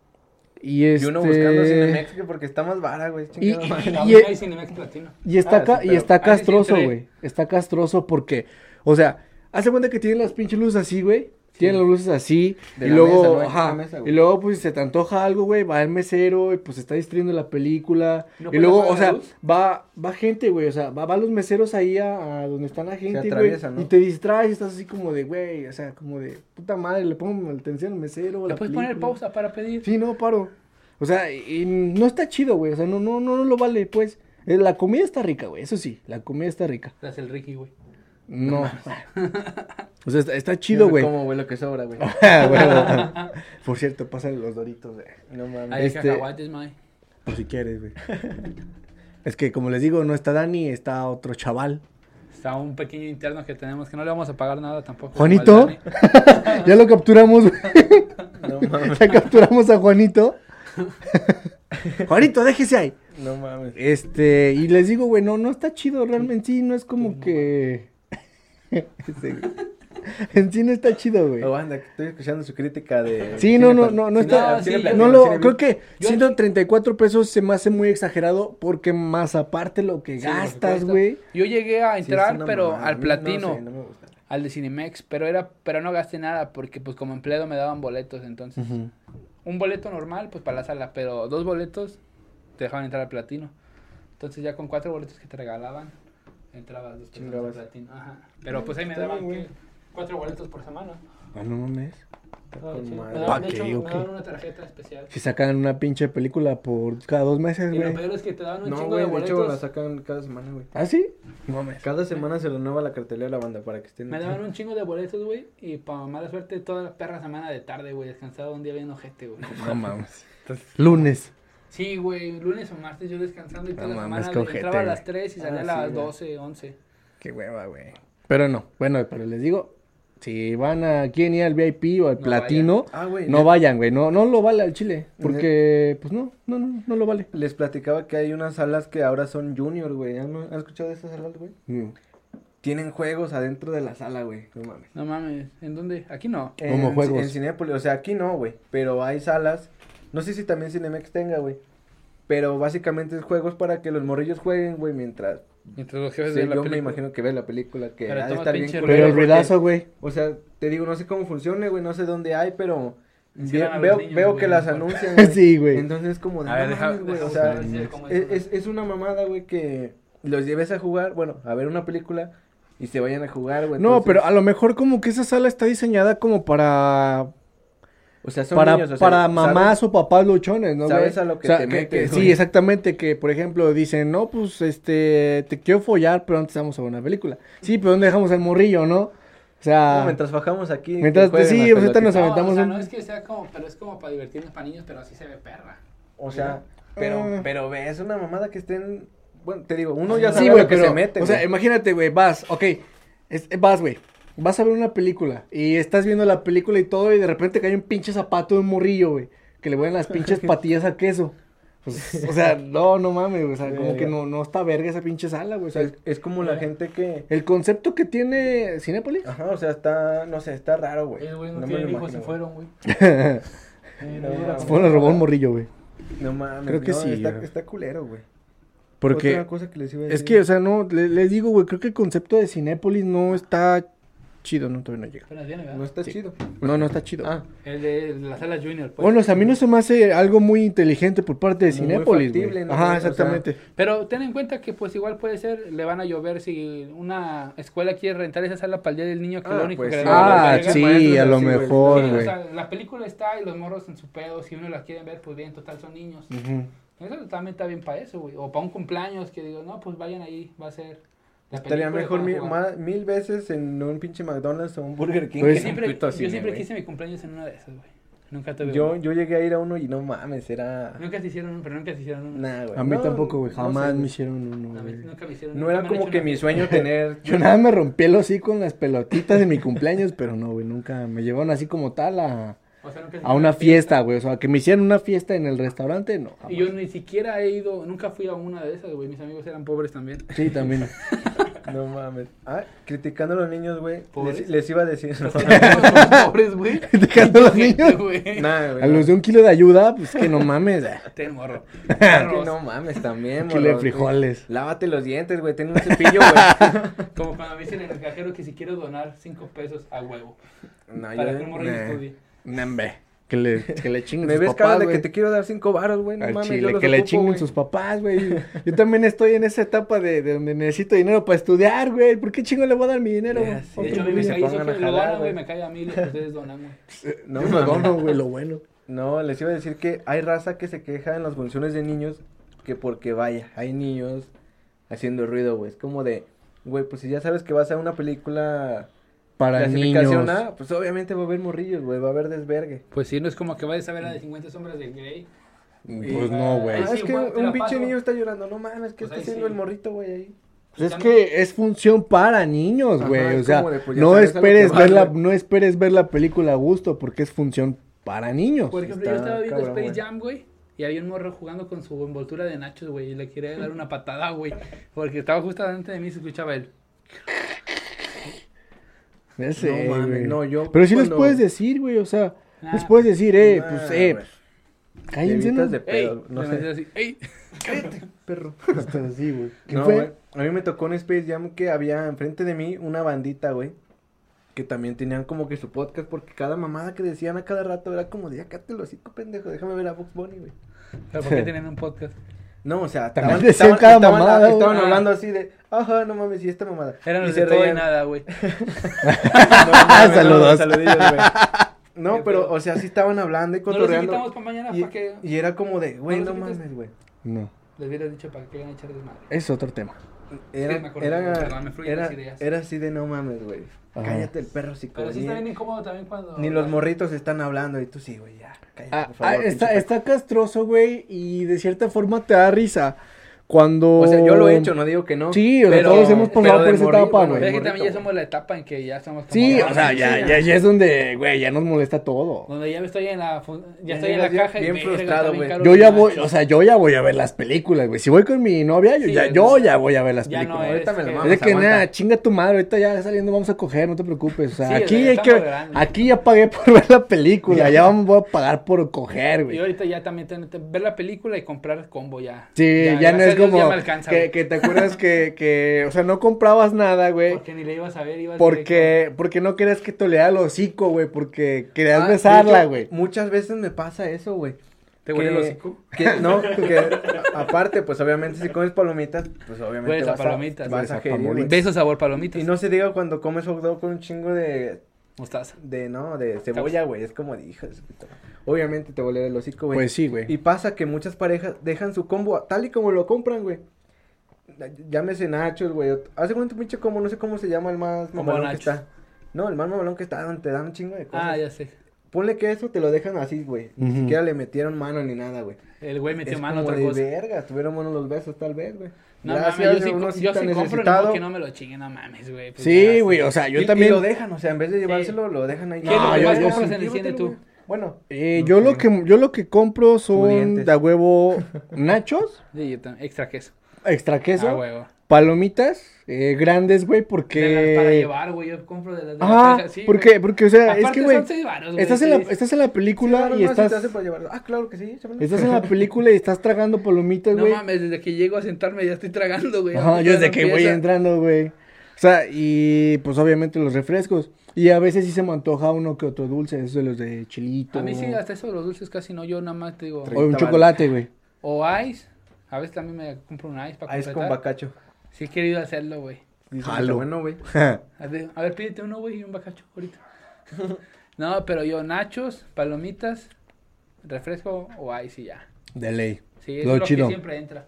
Y este...
Y uno buscando Cinemex que porque está más vara, güey.
Y-
chingada madre.
y-
También
y-
hay Cinemex Platino.
Y está,
Ah, sí,
ca- y
pero
está
ahí sí
castroso,
entré.
güey. Está castroso porque, o sea, hace cuenta que tienen las pinches luces así, güey. Tienen las luces así.
De
y
la
luego,
mesa, ¿no? Hay
ajá,
una mesa, güey.
y luego, pues, se te antoja algo, güey. Va el mesero y, pues, está distrayendo la película.
¿No
y
puedes
pues,
luego,
apagar
o
la
sea,
luz?
va, va gente, güey. O sea, va, va los meseros ahí a, a donde está la gente, güey.
atraviesan, ¿no?
Y te distraes y estás así como de, güey, o sea, como de, puta madre, le pongo atención al mesero. a
Le
la
puedes poner
película.
pausa para pedir.
Sí, no, paro. O sea, y y no está chido, güey. O sea, no, no, no, no lo vale, pues. Eh, La comida está rica, güey. Eso sí, la comida está rica.
Tras el Ricky, güey.
[laughs] No. o sea, está, está chido,
Yo
güey.
Como, güey, lo que sobra, güey.
[laughs] Ah, bueno. Por cierto, pasan los doritos, güey.
No mames.
Ahí
Este-
este... cacahuates, mae.
Por si quieres, [laughs] güey. es que, como les digo, no está Dani, está otro chaval.
Está un pequeño interno que tenemos que no le vamos a pagar nada tampoco.
Juanito.
Como al Dani.
[laughs] ya lo capturamos, güey.
No mames.
Ya capturamos a Juanito. [laughs] Juanito, déjese ahí.
No mames.
Este, y les digo, güey, no, no está chido realmente, sí, no es como que... [laughs] Ese, güey. en sí no está chido, güey.
Oh, anda, que estoy escuchando su crítica de.
Sí, no, no, no, no está...
sí,
no,
yo-
lo, creo que
yo-
134 pesos se me hace muy exagerado porque más aparte lo que
Sí, lo que
gastas,
cuesta.
güey.
Yo llegué a entrar, pero al platino.
No, sé, no me gusta.
al de Cinemex, pero era, pero no gasté nada porque pues como empleado me daban boletos, entonces
Ujú.
un boleto normal pues para la sala, pero dos boletos te dejaban entrar al platino, entonces ya con cuatro boletos que te regalaban entrabas dos personas al
Chingabas.
platino, ajá. Pero pues ahí me
Está
daban
bien,
¿qué? cuatro boletos por semana.
Ah, no mames.
Está
Estaba
con
chido.
madre.
Pa'
Me
Ah,
daban, Ah, de
qué,
hecho, me
ok.
daban una tarjeta especial.
Si sacan una pinche película por cada dos meses,
Y lo
güey.
peor es que te daban un
No,
chingo
güey,
de
de hecho la
boletos.
sacan cada semana, güey.
¿Ah, sí?
Cada semana se renueva la cartelera de la banda para que estén.
me daban un chingo de boletos, güey, y para mala suerte toda la perra semana de tarde, güey, descansaba un día bien ojete, güey.
No mames. Lunes.
Sí, güey, lunes o martes yo descansando y toda
No
la
mames,
semana
qué ojete,
entraba a
güey.
las 3 y
Ah,
salía a
sí,
las
güey.
12, 11.
Qué hueva, güey. Pero no, bueno, pero les digo, si van a E quieren ir al VIP o al
No
platino,
Ah, güey.
no
les-
vayan, güey. No, no lo vale al chile. Porque, pues no, no, no, no lo vale.
Les platicaba que hay unas salas que ahora son junior, güey. ¿Han, han escuchado de esas salas, güey? Tienen juegos adentro de la sala, güey. No mames.
No mames, ¿en dónde? Aquí no.
En,
Como
Ci-
juegos.
En Cinépolis, o sea, aquí no, güey. Pero hay salas. No sé si también Cinemex tenga, güey. Pero básicamente es juegos para que los morrillos jueguen, güey, mientras.
Mientras los
Sí, yo me imagino que ve la película, que
Pero
ha de
toma
estar bien
pinche
culero,
Pero el
porque-
ruidazo, güey.
O sea, te digo, no sé cómo funcione, güey, no sé dónde hay, pero
Encierran
ve-
a los
veo,
niños,
veo
güey,
que
en
las
un cuarto.
[laughs]
anuncian, güey.
Sí, güey.
Entonces es como de,
A ver,
no
deja-
mames, güey,
deja
o sea,
buscar el cómo es
es,
eso,
es- es una mamada, güey, que los lleves a jugar, bueno, a ver una película y se vayan a jugar, güey.
No,
entonces-
pero a lo mejor como que esa sala está diseñada como para
o sea, son
para,
niños, o sea,
para
¿sabes?
mamás o papás luchones, ¿no? güey?
sabes a lo que te metes,
Sí,
güey.
exactamente, que por ejemplo dicen, no, pues este, te quiero follar, pero antes vamos a ver una película. Sí, pero ¿dónde dejamos al morrillo, no? O sea,
No, mientras bajamos aquí. que
ah. Mientras-
jueguen
sí,
hasta
pues,
lo
ahorita
que-
nos-
No,
aventamos
o sea,
un-
no es que sea como, pero es como para divertirnos para niños, pero así se ve perra.
O sea, pero,
Ah.
pero ve, es una mamada que estén, bueno, te digo, uno ya sabe
Sí,
a
güey,
lo que
pero,
se mete,
o sea, em-
güey.
imagínate, güey, vas, ok, es- vas, güey, vas a ver una película y estás viendo la película y todo y de repente cae un pinche zapato de un morrillo, güey, que le vuelan las pinches [laughs] patillas a queso. Pues, o sea, no, no mames, güey, o sea, como que no, no está verga esa pinche sala, güey, o
O
sea,
sea, es, es como la gente que,
el concepto que tiene Cinépolis. [laughs]
ajá, o sea, está, no sé, está raro, güey.
Ellos, güey, no,
me
tienen
lo
hijos, se
imagino, güey.
fueron, güey. Eh,
no, no.
Bueno, robó un morrillo, güey,
No mames,
Creo que
no,
sí,
Está,
güey.
está culero, güey.
porque
Otra cosa eh. que les iba a
es
decir.
que, o sea, no, le- les digo, güey, creo que el concepto de Cinépolis no está chido, no, todavía no llega.
Apenas viene, ¿verdad?
no está
sí.
chido.
No, no está chido.
Ah,
El de la sala junior, pues.
Bueno, o sea, a mí no se me hace algo muy inteligente por parte de
Muy
Cinépolis, güey.
factible, ¿no? O
Ajá,
sea,
exactamente.
Pero ten en cuenta que pues igual puede ser, le van a llover si una escuela quiere rentar esa sala para el día del niño, que
Ah,
lo único
pues
que
sí.
le dan es
ah,
la verga.
sí,
maestros
a lo
así, güey,
mejor,
Sí, o
güey.
sea, la película está y los morros en su pedo, si uno la quieren ver, pues bien, total son niños.
Ujú.
Eso también está bien para eso, güey. O para un cumpleaños que digo, no, pues vayan ahí, va a ser. la
estaría
película y
mejor
van a
mil,
jugar.
ma- mil veces en un pinche McDonald's o un Burger
Pues-
King que
Yo
en un
siempre,
puto
yo
cine,
siempre
güey.
quise mi cumpleaños en una de esas, güey. Nunca tuve
Yo,
uno.
yo llegué a ir a uno y no mames, era.
Nunca se hicieron uno, pero nunca se hicieron uno.
Nah, güey.
A mí
No,
tampoco, güey.
no
Jamás
sé,
me
güey.
hicieron uno,
A mí
güey.
nunca me hicieron
No
nunca
era
me han
como
hecho
que
una
mi
fiesta. [laughs]
sueño tener.
Yo nada me rompí el hocico con las pelotitas de mi cumpleaños, pero no, güey, nunca me llevaron así como tal a,
O sea, nunca se
a
hicieron
una fiesta, güey. O sea, que me hicieran una fiesta en el restaurante, no.
Y yo ni siquiera he ido, nunca fui a una de esas, güey. Mis amigos eran pobres también.
jamás. Sí,
[laughs]
también. [laughs]
No mames. Ah, criticando a los niños, güey.
Pobres.
Les, les iba a
[laughs]
decir. No,
Los [laughs] pobres, güey.
Criticando a los
Gente,
niños.
[laughs] güey.
Nah, güey.
A
no.
los de un kilo de ayuda, pues que no mames. eh.
Te [laughs] morro.
Es que
Morros.
no mames, también,
Un kilo de
morro.
frijoles.
Lávate los dientes, güey. Ten un cepillo,
[laughs]
güey.
Como cuando me dicen en el cajero que si quiero donar 5 pesos a huevo.
No,
para que un morro
nah.
estudie.
Nambe. Que le, que
[laughs]
le chinguen
Me
sus
ves cada
papás,
de
güey.
que te quiero dar cinco varos, güey. No
Al
mames, yo
chile,
los
que le
ocupo,
chinguen
güey.
sus papás, güey. Yo también estoy en esa etapa de, de donde necesito dinero para estudiar, güey. ¿Por qué chingo le voy a dar mi dinero?
Ya
De
sé.
Otro
hecho, a mí me
güey.
se
cae eso,
pongan
que
a
lo
jalar,
donan, güey,
güey.
me cae a mí y los que ustedes donan, güey.
No,
Lo
mames.
dono, güey, lo bueno.
No, les iba a decir que hay raza que se queja en las funciones de niños que porque vaya, hay niños haciendo ruido, güey. Es como de, güey, pues si ya sabes que vas a una película
Para
clasificación
niños.
A, pues obviamente va a haber morrillos, güey, va a haber desvergue.
Pues sí, no es como que vayas a ver la de 50 sombras de Grey.
Pues no, güey.
Ahí
Ah,
sí,
es que
güey, te la
un pinche
paso.
niño está llorando, no mames, ¿qué
Pues
está
ahí
haciendo
sí.
el morrito, güey, ahí?
Pues es que es función para niños,
Ajá,
güey.
es
O sea,
como de, pues, ya
no
sabes a lo que
esperes
vas,
ver la,
güey.
no esperes ver la película a gusto, porque es función para niños.
Por ejemplo,
está
yo estaba viendo
cabrón,
Space
güey.
Jam, güey. Y había un morro jugando con su envoltura de nachos, güey. Y le quería dar una patada, güey. Porque estaba justo delante de mí y se escuchaba él.
Ya sé,
mames,
güey.
no, yo
Pero sí les
cuando-
puedes decir, güey, o sea,
Nah.
les puedes decir, eh, pues,
Nah,
eh,
güey. Te
cállense, ¿no?
evitas de
¡Ey!
pedo, no
Le
sé.
metí así, ¡Ey!
[laughs]
Perro.
Hasta así, güey. ¿Qué
No,
fue?
güey, a mí me tocó en Space Jam que había enfrente de mí una bandita, güey. Que también tenían como que su podcast, porque cada mamada que decían a cada rato era como, de acá te lo hocico, pendejo, déjame ver a Box Bunny, güey.
¿Pero por qué tienen un podcast?
No, o sea,
También
estaban,
decían
estaban,
cada
estaban-
mamada, güey.
estaban
Ah.
hablando así de, ajá, no mames, y esta mamada.
Eran
Y
los
se
de todo y
reían.
nada,
[laughs]
güey.
No, no, no, no,
Saludos. [laughs]
saludillos, güey.
Qué
No, pero,
pedo.
o sea, sí estaban hablando y
Pues No los invitamos
cotorreando.
para mañana
Y,
para que...
y era como de, güey,
¿No
no
los invitas?
mames, güey.
No,
Les hubiera dicho para que iban a echar desmadre.
es otro tema.
Era,
me acuerdo, perdón, me
era,
fluyen las
era,
ideas.
era así de no mames, güey.
Ajá.
Cállate el perro psicología.
Pero sí está bien incómodo también cuando...
Ni los morritos están hablando y tú sí, güey, ya. Cállate,
Ah,
por favor.
ah, está,
pinche
está castroso, güey, y de cierta forma te da risa cuando...
perro. O sea, yo lo he hecho, no digo que no.
Oh. Sí, o sea,
pero-
todos hemos pasado
pero
por
de
esa
morrillo,
etapa,
Pero
güey.
es que
morrito,
también ya
güey.
somos la etapa en que ya estamos como...
Sí, o sea,
Sí,
ya, ya, ya es donde, güey, ya nos molesta todo.
Donde ya estoy en la... fu- Ya
Ya
estoy en la
llegas
caja
bien
y... verga,
frustrado,
está bien
güey.
caro
Yo
el
ya
nacho.
voy, o sea, yo ya voy a ver las películas, güey. Si voy con mi novia, yo,
Sí,
ya,
es-
yo ya voy a ver las
Ya no
películas.
eres...
Ahorita me la
que-
es
mamo.
de
Vamos,
que
aguanta.
nada, chinga tu madre, ahorita ya saliendo vamos a coger, no te preocupes. O sea,
Sí,
aquí
ya
hay que
estamos grandes.
aquí ya pagué por [laughs] ver la película, ya vamos, voy a pagar por coger,
Y
güey.
ahorita ya también ten- ten- ver la película y comprar combo ya.
Sí, ya, no
gracias
es
a Dios
como
ya me alcanza,
que,
güey.
que te acuerdas que, que, o sea, no comprabas nada,
[laughs]
güey.
Porque ni le ibas a ver, ibas directo.
Porque, porque no querías que toleara el hocico, güey, porque querías
Ah, de
besarla,
hecho,
güey.
Muchas veces me pasa eso, güey.
¿Te
Que-
huele el hocico?
que- no, que a- aparte, pues obviamente si comes palomitas, pues obviamente
Hueles a
vas a,
palomitas.
vas
Hueles
a
a
gerir, güey.
palomitas.
Beso sabor palomitas.
Y no se diga cuando comes hot dog con un chingo de,
Mostaza.
de no, de cebolla, güey, es como de hija de su puta madre. Obviamente te va a oler el hocico, güey.
Pues sí, güey.
Y pasa que muchas parejas dejan su combo tal y como lo compran, güey. Llámese Nachos, güey. o- Hace cuánto pinche combo, no sé cómo se llama el más
Combo
mamalón que
Nachos.
está. No, el más mamalón que está, donde te dan un chingo de cosas.
Ah, ya sé.
Ponle que eso te lo dejan así, güey. Ni
Ujú.
siquiera le metieron mano ni nada, güey.
El güey metió
es
mano a
como
otra
de
cosa.
verga, tuvieron buenos los besos tal vez, güey.
No
Gracias,
mames, yo sí,
uno
co- yo
está
sí compro
necesitado.
no, que no me lo chinguen, no mames, güey. pues
Sí,
ya,
güey, o sea, yo
y, y
también.
lo dejan, o sea, en vez de llevárselo, lo dejan ahí. Ah,
¿Qué es
lo que más
yo- yo
compras
sí,
en el cine
llévatelo,
tú?
güey. Bueno,
Eh,
No
yo lo
sé.
que yo lo que compro son
Pudientes.
de a huevo nachos,
Sí, yo también. Extra queso.
extra queso,
Ah, huevo.
palomitas eh, grandes, güey,
De las para
porque
llevar, güey, yo compro de las de
ah,
la sí,
porque
güey.
porque o sea,
Aparte
es que güey,
son seis varos, güey,
estás
sí,
en la
sí.
estás en la película
claro,
y
no, si te
estás
hace para llevarlo. Ah, claro que sí, échamelo.
estás en la película y estás tragando palomitas,
No
güey.
mames, desde que llego a sentarme ya estoy tragando, güey.
Ajá,
Ahorita
yo desde
no
que voy
empieza.
entrando, güey. O sea, y pues obviamente los refrescos y a veces sí se me antoja uno que otro dulce, esos de los de chilito.
A mí sí, hasta eso de los dulces casi no, yo nada más te digo...
o un
Treinta
chocolate, güey.
O ice. A veces también me compro un ice para
Ah, es con
completar.
bacacho.
Sí he querido hacerlo, güey.
Dice,
Jalo.
está Bueno, güey.
A ver, a ver, pídete uno, güey, y un bacacho ahorita. [laughs] no, pero yo nachos, palomitas, refresco o ice y ya.
[laughs] De ley.
Sí, eso
Lo
es lo
chido.
que siempre entra.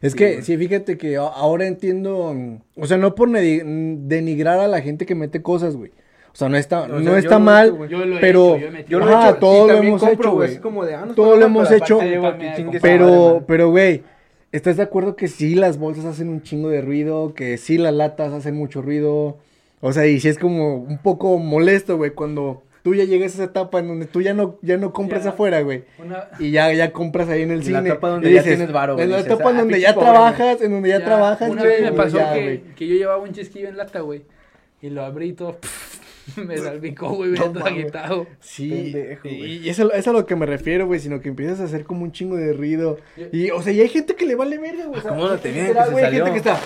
Es
Sí,
que,
güey.
sí, fíjate que a- ahora entiendo, mm, o sea, no por nedi- mm, denigrar a la gente que mete cosas, güey. O sea, no está,
O sea,
no
yo
está
lo he
mal,
hecho, güey.
Yo lo he
pero-
hecho, yo he metido-
Yo lo he Ajá,
y
todo lo
también
hemos
compro,
hecho,
güey,
güey.
así como de, ah, no está
Todo
mal,
lo hemos
pero
hecho,
aparte,
Yo
güey,
también
chingue
compro.
su madre,
Pero,
man.
pero, güey, ¿estás de acuerdo que sí las bolsas hacen un chingo de ruido? Que sí las latas hacen mucho ruido. O sea, y sí es como un poco molesto, güey, cuando tú ya llegas a esa etapa en donde tú ya no, ya no compras
Ya.
afuera, güey.
Una-
Y ya, ya compras ahí en el
En
cine.
la etapa donde
y
ya tienes varo, güey,
En la
dices,
etapa en
"Ah,
donde
pinche
ya
pobre,
trabajas, en donde ya,
Ya,
trabajas,
Una
güey,
vez me
pues
pasó
ya, güey.
que, que yo llevaba un chesquillo en lata, güey. Y lo abrí y todo. [laughs] me salpicó, güey,
No
bien todo
mames.
agitado.
Sí,
Pendejo,
y,
güey.
y eso, eso es a lo que me refiero, güey, sino que empiezas a hacer como un chingo de ruido. Y, o sea, y hay gente que le vale verga, güey. o sea,
¿cómo lo
literal,
tenía? Que se
güey, hay gente
salió.
que está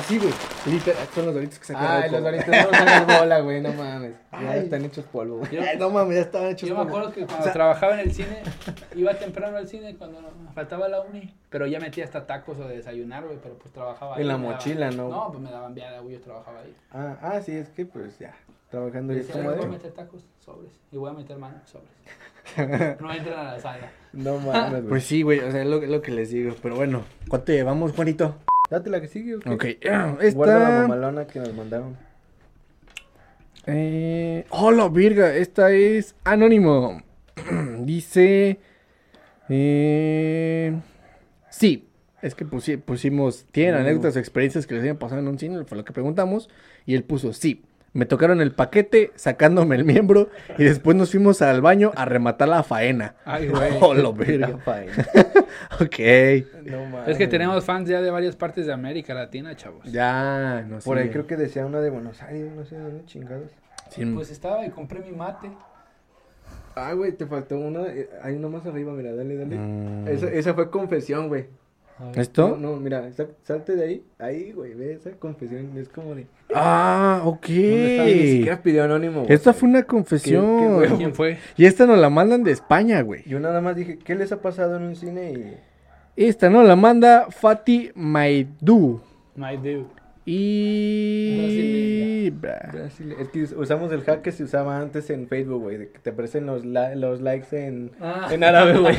así, güey. Literal, son los doritos que se
Ay, los doritos no nos hagas bola, güey, no [laughs] mames. Ya están hechos
[laughs]
polvo, güey.
Yo-
no mames, ya estaban hechos
Yo me
polvo.
acuerdo que cuando
O sea,
trabajaba en el cine, iba temprano al cine cuando me faltaba la uni, pero ya metía hasta tacos o de desayunar, güey, pero pues trabajaba
En la
me daban-
mochila, ¿no?
No, pues me daban viada, güey, yo trabajaba ahí.
Ah, ah, sí, es que pues ya, trabajando y es
Decía,
como
voy a
de...
meter tacos, sobres, y voy a meter mano, sobres. [laughs] No entran a la sala.
No mames, güey.
Pues sí, güey, o sea, es lo, es lo que les digo. Pero bueno, ¿cuánto llevamos, Juanito?
[laughs] Date la que sigue, ¿o qué?
Ok,
Guarda
[clears throat]
la
esta...
mamalona que nos mandaron.
Eh, hola, virga, esta es Anónimo. [clears throat] Dice... eh, sí, es que pusi- pusimos... Tienen
Mm.
anécdotas o experiencias que les hayan pasado en un cine, fue lo que preguntamos. Y él puso, sí, me tocaron el paquete sacándome el miembro y después nos fuimos al baño a rematar la faena.
Ay, güey.
[laughs] Hola,
[laughs]
virga. Ok.
No mames.
Es que tenemos fans ya de varias partes de América Latina, chavos.
Ya, no sé.
Por ahí creo que decía una de Buenos Aires, no sé dónde chingados.
Sin-
Pues estaba y compré mi mate.
Ah, güey, te faltó una. eh, Ahí nomás arriba, mira, dale, dale.
Mm.
Esa, esa fue confesión, güey.
Este,
¿Esto?
No, no, mira, sa- salte de ahí. Ahí, güey, ve esa confesión. Es como de.
Ah, ok.
¿dónde está? Ni siquiera pidió anónimo. güey.
Esta fue una
Qué- qué
confesión.
huevo.
¿Quién fue?
y esta nos la mandan de España, güey.
Yo nada más dije, ¿qué les ha pasado en un cine? Y.
Esta nos la manda Fati Maidú.
My dude.
Y... Bra.
Brasil- Es que us- usamos el hack que se usaba antes en Facebook, güey. de que te aparecen los, la- los likes en,
Ah.
en árabe,
[laughs]
güey.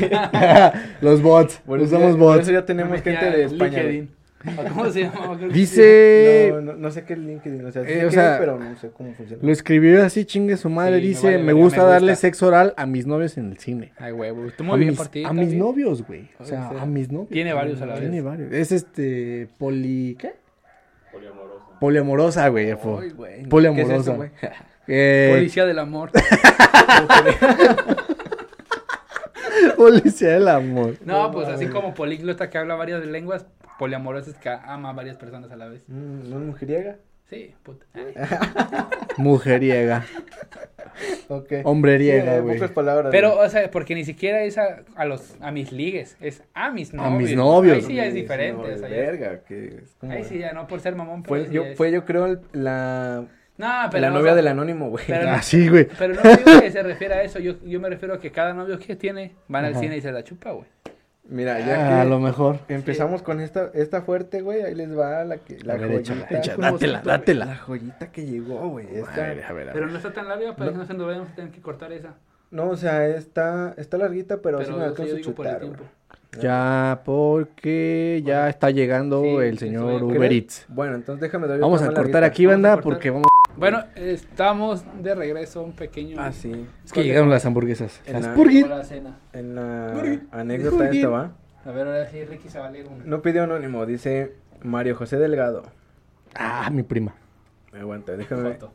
[laughs] Los bots.
Por eso
Usamos
ya- Por
bots.
eso ya tenemos gente de España. güey.
LinkedIn. ¿O ¿Cómo se llama? Creo que sí.
Dice...
No, no, no sé qué es LinkedIn, o sea, sí
Eh,
sé
o
qué es,
sea,
pero no sé cómo funciona.
Lo escribió así, chingue su madre.
Sí, me
dice,
vale
me
verga,
gusta
me
darle
gusta.
sexo oral a mis novios en el cine.
Ay, güey, tú
a
muy bien
mis,
por ti.
a
también.
mis novios, güey. O
Ay,
sea,
sí.
a mis novios.
Tiene varios a la
Tiene
vez.
varios. Es este poli ¿qué? Poliamorosa. Poliamorosa, güey. fo.
Ay, güey, no,
poliamorosa.
¿qué es
[laughs]
eso, güey?
Eh,
Policía del
[laughs]
amor.
[laughs] policía del amor.
No, pues así como políglota que habla varias lenguas, poliamorosa es que ama a varias personas a la vez.
Mm, ¿No es mujeriega?
Sí, puta.
Ah,
Mujeriega.
Ok.
Hombreriega,
Sí,
güey.
pocas palabras.
Pero,
güey.
o sea, porque ni siquiera es a, a los, a mis ligues, es a mis
A
novios.
mis novios.
Ahí sí ya es
Sí,
diferente.
no,
o sea, ya-
verga, que es como-
ahí sí ya, no por ser mamón, pero ahí
Fue
sí
yo,
ya es-
fue, yo creo, el- la,
No, Pues, Ah, pero
la
no, o
novia
sea,
del anónimo, güey.
pero-
Así, Ah, güey.
Pero no digo que se refiere a eso, yo, yo me refiero a que cada novio que tiene van al
Ajá.
cine y se la chupa, güey.
[laughs] Mira,
Ah,
ya
a
que
lo mejor.
empezamos con esta, esta fuerte, güey, ahí les va la que, la
A ver,
joyita.
échala, échala,
como
dátela,
siempre, güey,
dátela.
La joyita que llegó, güey.
A
Esta,
ver, a ver, a
Pero
ver.
no está tan larga, para que no se nos vayamos a tener que cortar esa.
no, o sea, está, está larguita, pero, sí
yo-
me
yo
alcanzo a
digo por el
chutar, güey.
tiempo.
Ya, porque ya está llegando
Sí,
el
sí,
señor
estoy de
Uber Eats.
Bueno, entonces déjame doy
Vamos
otra
a
más
cortar
larguita.
aquí,
Vamos a
banda,
cortar.
porque vamos.
Bueno, estamos de regreso a un pequeño...
Ah, sí.
Es que llegaron las hamburguesas.
En
Las
la-
burgers.
Para la cena.
En la anécdota
Burger.
esta va.
A ver, ahora sí, Ricky se va a leer una.
No pidió anónimo, dice Mario José Delgado.
Ah, mi prima.
Me aguanta, déjame.
Foto.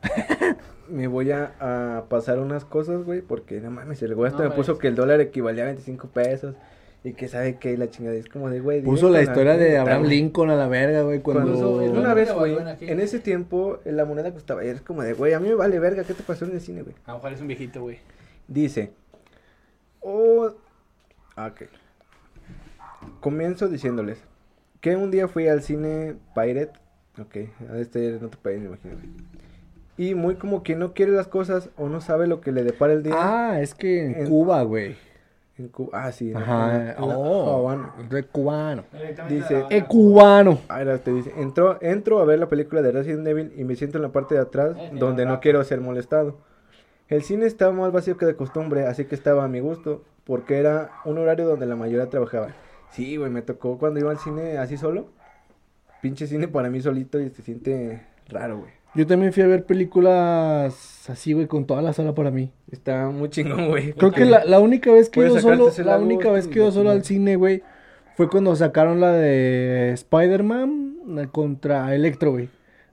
Me voy a, a pasar unas cosas, güey, porque no mames, el güey
No,
hasta me
pero
puso
es-
que el dólar equivalía a 25 pesos y que sabe que la chingada es como de, güey.
Puso
directo
la
a
historia de
anécdota,
Abraham
güey.
Lincoln a la verga, güey. Cuando.
Cuando
Puso-
una vez,
Pero
güey,
bueno, aquí-
en ese tiempo eh, la moneda costaba ayer, es como de, güey, a mí me vale verga, ¿qué te pasó en el cine, güey?
A lo mejor es un viejito, güey.
Dice, oh, ah, ok. Comienzo diciéndoles que un día fui al cine Pirate, ok, a este no te país, me imagino. güey. Y muy como que no quiere las cosas o no sabe lo que le depara el día.
Ah, es que en
En-
Cuba, güey.
En Cu- ah, sí. en la- en
Ajá.
la- en la
Oh,
Habana.
re cubano.
Dice, "Eh,
Es cubano.
Ahora Ah, te dice, entro, entro a ver la película de Resident Evil y me siento en la parte de atrás
Eh,
donde no
rato.
quiero ser molestado. El cine estaba más vacío que de costumbre, así que estaba a mi gusto, porque era un horario donde la mayoría trabajaba. Sí, güey, me tocó cuando iba al cine así solo. Pinche cine para mí solito y se siente raro, güey.
Yo también fui a ver películas así, güey, con toda la sala para mí.
Está muy chingón, güey.
Creo que la, la única vez que
Puedes
yo solo,
sacarte ese
la
lado
única vez
tú
que yo
de
solo al
cine.
cine, güey, fue cuando sacaron la de Spider-Man eh, contra Electro, güey,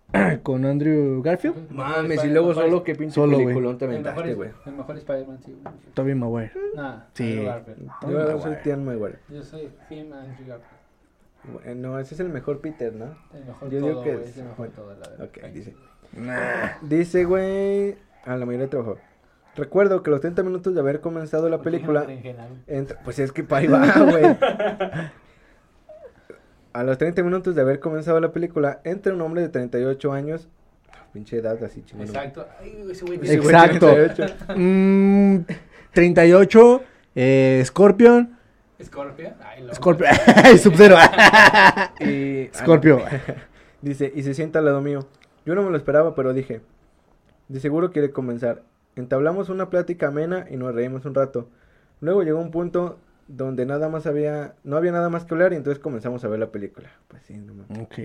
[clears throat] con Andrew Garfield,
Mames, y luego solo que pinche
Solo, güey.
peliculón te
El mejor,
aventaste,
es-
güey.
el mejor Spider-Man, sí, güey.
Tobey Maguire.
Nada,
Sí.
Andrew Garfield.
Tobey
Yo soy
Maguire.
Tian Maguire.
Yo soy Team Andrew Garfield.
Bueno, No, ese es el mejor Peter, ¿no?
El mejor
Yo
todo,
digo que
güey,
es-
es el mejor
bueno,
todo, la verdad.
Ok, dice. Dice, güey. A la mayoría trabajó. Recuerdo que a los 30 minutos de haber comenzado la película.
En general.
entra- Pues es que para ahí va, [laughs] güey. A los 30 minutos de haber comenzado la película, entra un hombre de 38 años. Pinche edad así chingón.
Exacto. Ay, güey, ese güey
Ese
tiene-
güey
Exacto.
38.
Mm, 38, eh, Scorpion,
Scorpio. Ay, loco.
Scorpio, [laughs]
[laughs]
Sub-Zero,
Ah, Y,
Scorpio.
Ah, Dice, y se sienta al lado mío. Yo no me lo esperaba, pero dije, de seguro quiere comenzar. Entablamos una plática amena y nos reímos un rato. Luego llegó un punto donde nada más había, no había nada más que hablar y entonces comenzamos a ver la película. Pues sí, no mames.
Ok.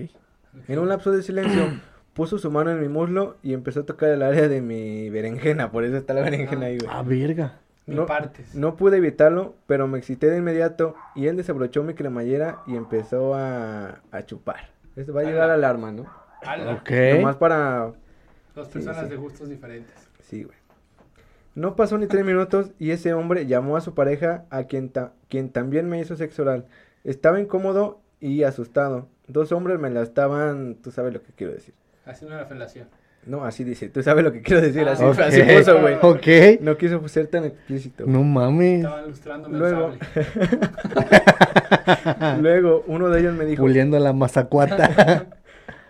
En un lapso
[coughs]
de silencio, puso su mano en mi muslo y empezó a tocar el área de mi berenjena, por eso está la berenjena ahí, güey.
Ah, verga.
Ni
No,
partes.
no pude evitarlo, pero me excité de inmediato y él desabrochó mi cremallera y empezó a, a chupar. Esto va a llegar
Ala.
alarma, ¿no?
Ala,
Ok.
Nomás para...
Dos
Sí,
personas
sí.
de gustos diferentes.
Sí, güey. No pasó ni tres minutos y ese hombre llamó a su pareja, a quien, ta- quien también me hizo sexo oral. Estaba incómodo y asustado. Dos hombres me la estaban... Tú sabes lo que quiero decir.
Haciendo una felación.
No, así dice. Tú sabes lo que quiero decir.
Ah,
así,
Ok,
así puso, güey.
[laughs] ok.
No quiso ser tan explícito.
No mames.
Estaban ilustrándome
Luego-
el sable.
[laughs]
Luego, uno de ellos me dijo...
Puliendo la mazacuata.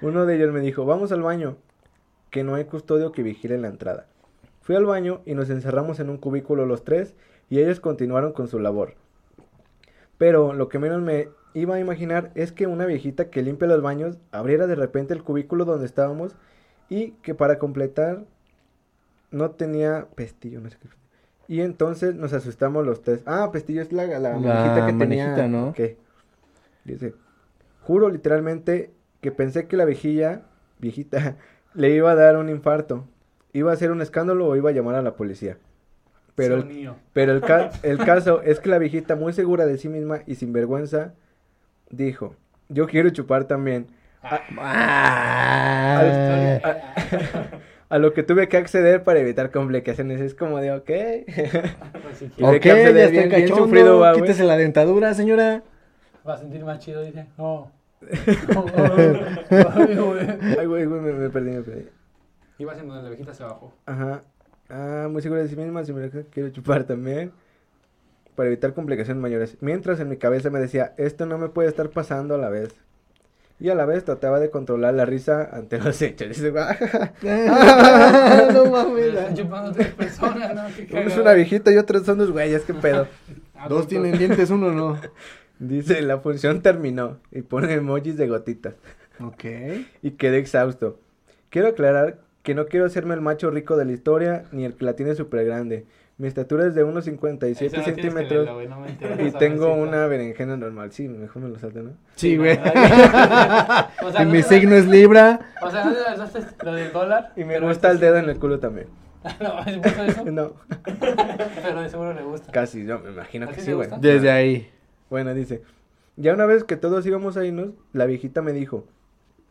Uno de ellos me dijo, vamos al baño, que no hay custodio que vigile la entrada. Fui al baño y nos encerramos en un cubículo los tres y ellos continuaron con su labor. Pero lo que menos me iba a imaginar es que una viejita que limpia los baños abriera de repente el cubículo donde estábamos y que para completar no tenía pestillo, no sé qué. Y entonces nos asustamos los tres. Ah, pestillo es la, la, manejita que
manejita,
tenía.
¿no?
ok. Dice, juro literalmente que pensé que la viejilla, viejita, [laughs] le iba a dar un infarto. Iba a hacer un escándalo o iba a llamar a la policía. [laughs] Pero el
Sonido.
pero el, ca- el caso es que la viejita, muy segura de sí misma y sin vergüenza, dijo, yo quiero chupar también.
Ah.
A lo que tuve que acceder para evitar complicaciones. Es como de, ok. [laughs]
Pues si quiere,
de
Ok,
que hace de
ya está
bien- bien
cachondo,
sufrido, va, güey.
quítese la dentadura, señora.
Va a sentir más chido, dice.
[laughs]
No. [laughs] No, no, no, güey.
Ay, güey, güey, me, me perdí, me perdí.
Ibas en donde la viejita
[laughs]
se bajó.
Ajá. Ah, muy segura de sí misma, sin vergüenza, quiero chupar también. Para evitar complicaciones mayores. Mientras en mi cabeza me decía, esto no me puede estar pasando a la vez. Y a la vez trataba de controlar la risa ante los hechos. Dice, "Ah,
no
Están
mames.
chupando tres personas, ¿no? Qué
Uno es
cagado.
una viejita y otro son dos güeyes, qué pedo.
Ah,
Dos
pues,
tienen dientes, uno no.
Dice, la función terminó y pone emojis de gotitas
Ok.
y quedé exhausto. Quiero aclarar que no quiero hacerme el macho rico de la historia ni el que la tiene súper grande. Mi estatura es de unos
Eso
57
no pues, tienes que
centímetros
leerlo, güey, no me
y
interesa,
tengo
¿sabes?
una berenjena normal. Sí, mejor me lo salte, ¿no?
Sí, güey.
[laughs] O sea,
Y
no
mi
te-
signo es Libra.
O sea, no te lanzaste lo del dólar.
[laughs]
Y me
pero
gusta el
este
dedo en el culo también. [laughs]
sí. [laughs] No, ¿sí puso eso?
No,
Pero de seguro le gusta.
casi, yo me imagino
¿A
que
ti
sí,
te
güey.
gusta?
Desde ahí.
Bueno, dice, ya una vez que todos íbamos a irnos, la viejita me dijo,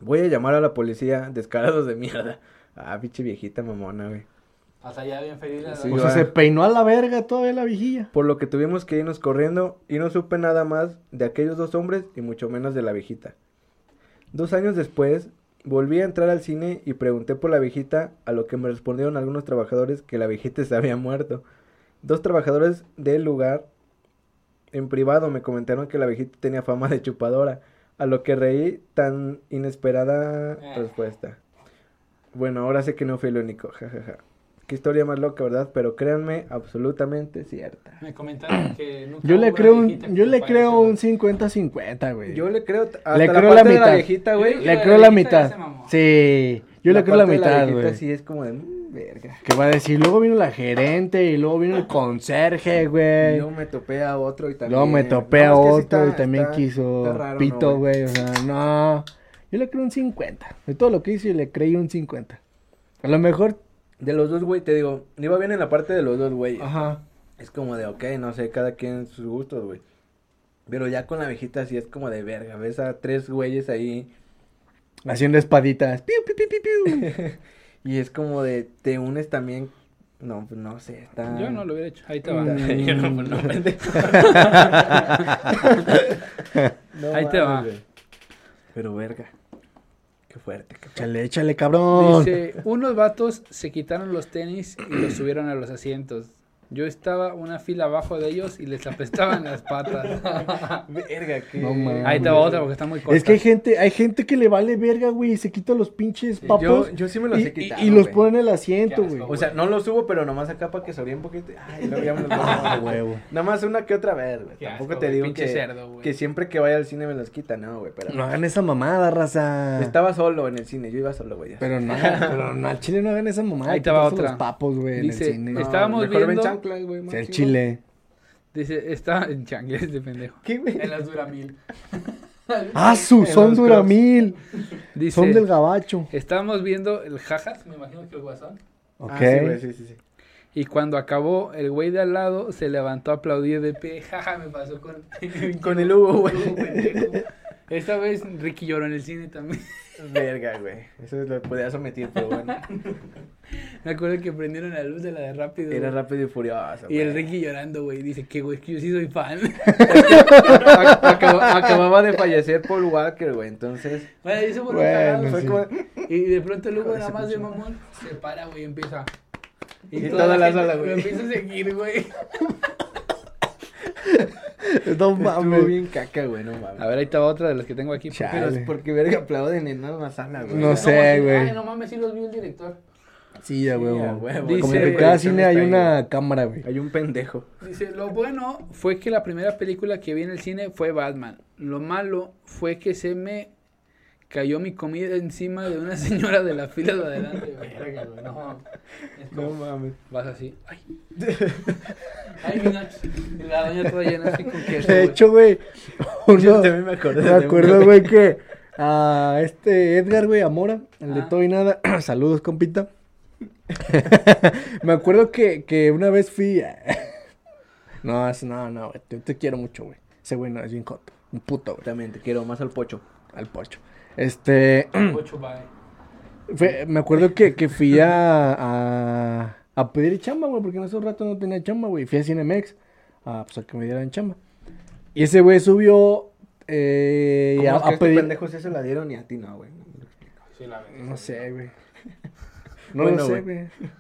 voy a llamar a la policía, descarados de mierda. Ah, pinche viejita mamona, güey.
O sea, ya bien feliz. la
Sí,
o
verdad.
sea,
va.
se peinó a la verga todavía la vigilla.
Por lo que tuvimos que irnos corriendo y no supe nada más de aquellos dos hombres y mucho menos de la viejita. Dos años después, volví a entrar al cine y pregunté por la viejita, a lo que me respondieron algunos trabajadores que la viejita [laughs] se había muerto. Dos trabajadores del lugar en privado me comentaron que la viejita tenía fama de chupadora, a lo que reí tan inesperada
Eh.
respuesta. Bueno, ahora sé que no fui el único, jajaja. Qué historia más loca, ¿verdad? Pero créanme, absolutamente cierta.
[coughs]
Me comentaron que nunca.
Yo
hubo
le
una
creo un,
viejita que
yo
se
le
pareciera.
creo un 50-50, güey.
Yo le creo t- hasta
Le
la
creo la
parte de la
mitad.
viejita,
Yo
güey.
creo
Le
que
creo
la
la
viejita ya
mitad.
se mamó.
Sí, yo le creo la
parte de
mitad,
viejita
güey.
Sí, es como de "Mm, verga.
Que va a decir, luego vino la gerente y luego vino el conserje, güey.
Yo me topé a otro y también.
Luego me topé a
No, es que sí
otro
está-
y también
está-
quiso
está raro, ¿no,
pito, güey. o sea, no. Yo le creo un 50. De todo lo que hice, yo le creí un 50. A lo mejor.
De los dos, güey, te digo, iba bien en la parte de los dos, güey.
Ajá.
Es como de, ok, no sé, cada quien sus gustos, güey. Pero ya con la viejita sí es como de verga. Ves a tres güeyes ahí
Haciendo espaditas. Piu, piu, piu, piu, piu.
[laughs] y es como de, te unes también. No, pues no sé, está.
Yo no lo hubiera hecho. Ahí te va.
Mm.
[laughs] Yo no, pues, no, pendejo.
No
Ahí te
mames,
va.
güey. Pero verga. Qué fuerte,
[laughs]
qué fuerte.
Échale, échale, cabrón.
Dice, unos vatos se quitaron los tenis y
[clears throat]
los subieron a los asientos. Yo estaba una fila abajo de ellos y les apestaban las
[laughs]
patas.
Verga, qué.
No mames.
Ahí te va otra porque está muy corta.
Es que hay gente, hay gente que le vale verga, güey, y se quita los pinches
Yo,
papos
yo sí me los
y,
he
y-
quitado.
y los
güey.
pone en el asiento,
Qué asco,
güey.
O sea, no los subo, pero nomás acá para que sonríe un poquito. Ay, no,
[laughs]
ya me los pongo, güey.
huevo.
Nada más una que otra vez, güey.
Qué
Tampoco
asco,
te
güey,
digo
pinche
que,
cerdo, güey.
que siempre que vaya al cine me los quita, no, güey. Pero
No hagan esa mamada, raza.
estaba solo en el cine, yo iba solo, güey. ya.
Ah. Pero
[laughs]
no, pero no, al chile no hagan esa mamada.
Ahí te va
quitarse
otra.
los papos, güey, en el
Dice,
cine.
No,
estábamos
mejor ven
viendo-
chanclas, güey,
O
más
sea, el
chingón.
chile.
Dice, está en changues de pendejo.
¿Qué, güey?
[laughs] En las Duramil.
¡Ah, su!
En
Son
los
Duramil.
Dice,
Son del gabacho.
estábamos viendo el jaja
Jajas, me imagino que el guasón.
Ok.
Ah, sí, güey, sí, sí, sí.
y cuando acabó, el güey de al lado se levantó a aplaudir de pie.
[laughs] Jaja, me
[laughs]
pasó con.
Con el Hugo, güey.
pendejo.
Esta vez Ricky lloró en el cine también.
Verga, güey. Eso lo podía someter, pero bueno.
Me acuerdo que prendieron la luz de la de rápido.
Era
güey.
rápido y furioso.
Y el
güey.
Ricky llorando, güey. Dice, que güey, es que yo sí soy fan. [laughs]
Ac- acab- acababa de fallecer Paul Walker, güey. Entonces,
Bueno, y se volvió
Bueno,
cagado,
sí.
fue como.
Y de pronto el Hugo nada más de mamón se para, güey, y empieza.
Y toda la
gente
sala, güey.
Lo empieza a seguir, güey.
[laughs] No
Estuvo
mames.
bien caca, güey, no mames.
A ver, ahí estaba otra de las que tengo aquí.
Chale.
Pero es porque verga aplauden en una sala, güey.
No
O sea,
sé,
así-
güey.
Ay, no mames, sí los vio el director.
Sí, a
Sí, a
huevo.
huevo.
Como
Dice-
que cada cine
Proyección
hay
está ahí,
una cámara, güey.
Hay un pendejo.
Dice, lo bueno fue que la primera película que vi en el cine fue Batman. Lo malo fue que se me cayó mi comida encima de una señora de la fila de
[laughs]
adelante. güey. Verga, güey, no. Es como,
mames.
vas así, ay.
[laughs]
Ay, mi nachos. Y la doña toda llena así con queso,
De
güey.
hecho, güey,
[laughs] Yo
uno,
también me [laughs] acordé.
me
de uno,
acuerdo, güey, que a este Edgar, güey, Amora, el de
Ah.
todo y nada, [clears throat] saludos,
[laughs]
compita. [laughs] me acuerdo que, que una vez fui a... [laughs] No, es- no, no, güey, te, te quiero mucho, güey. Ese güey no es bien coto, un puto, güey,
También te quiero más al pocho.
al pocho. Este, [clears throat]
Ocho, bye.
fue- me acuerdo que, que fui a, a, a pedir chamba, güey, porque en ese rato no tenía chamba, güey. Fui a Cinemex a, pues, a que me dieran chamba. Y ese güey subió eh,
¿Cómo
a,
es que este
a
estos
pedir...
pendejos sí se la dieron y a ti no, güey?
Sí, la verdad.
No sé, [laughs] güey. No
Bueno,
lo sé,
güey.
güey. [laughs]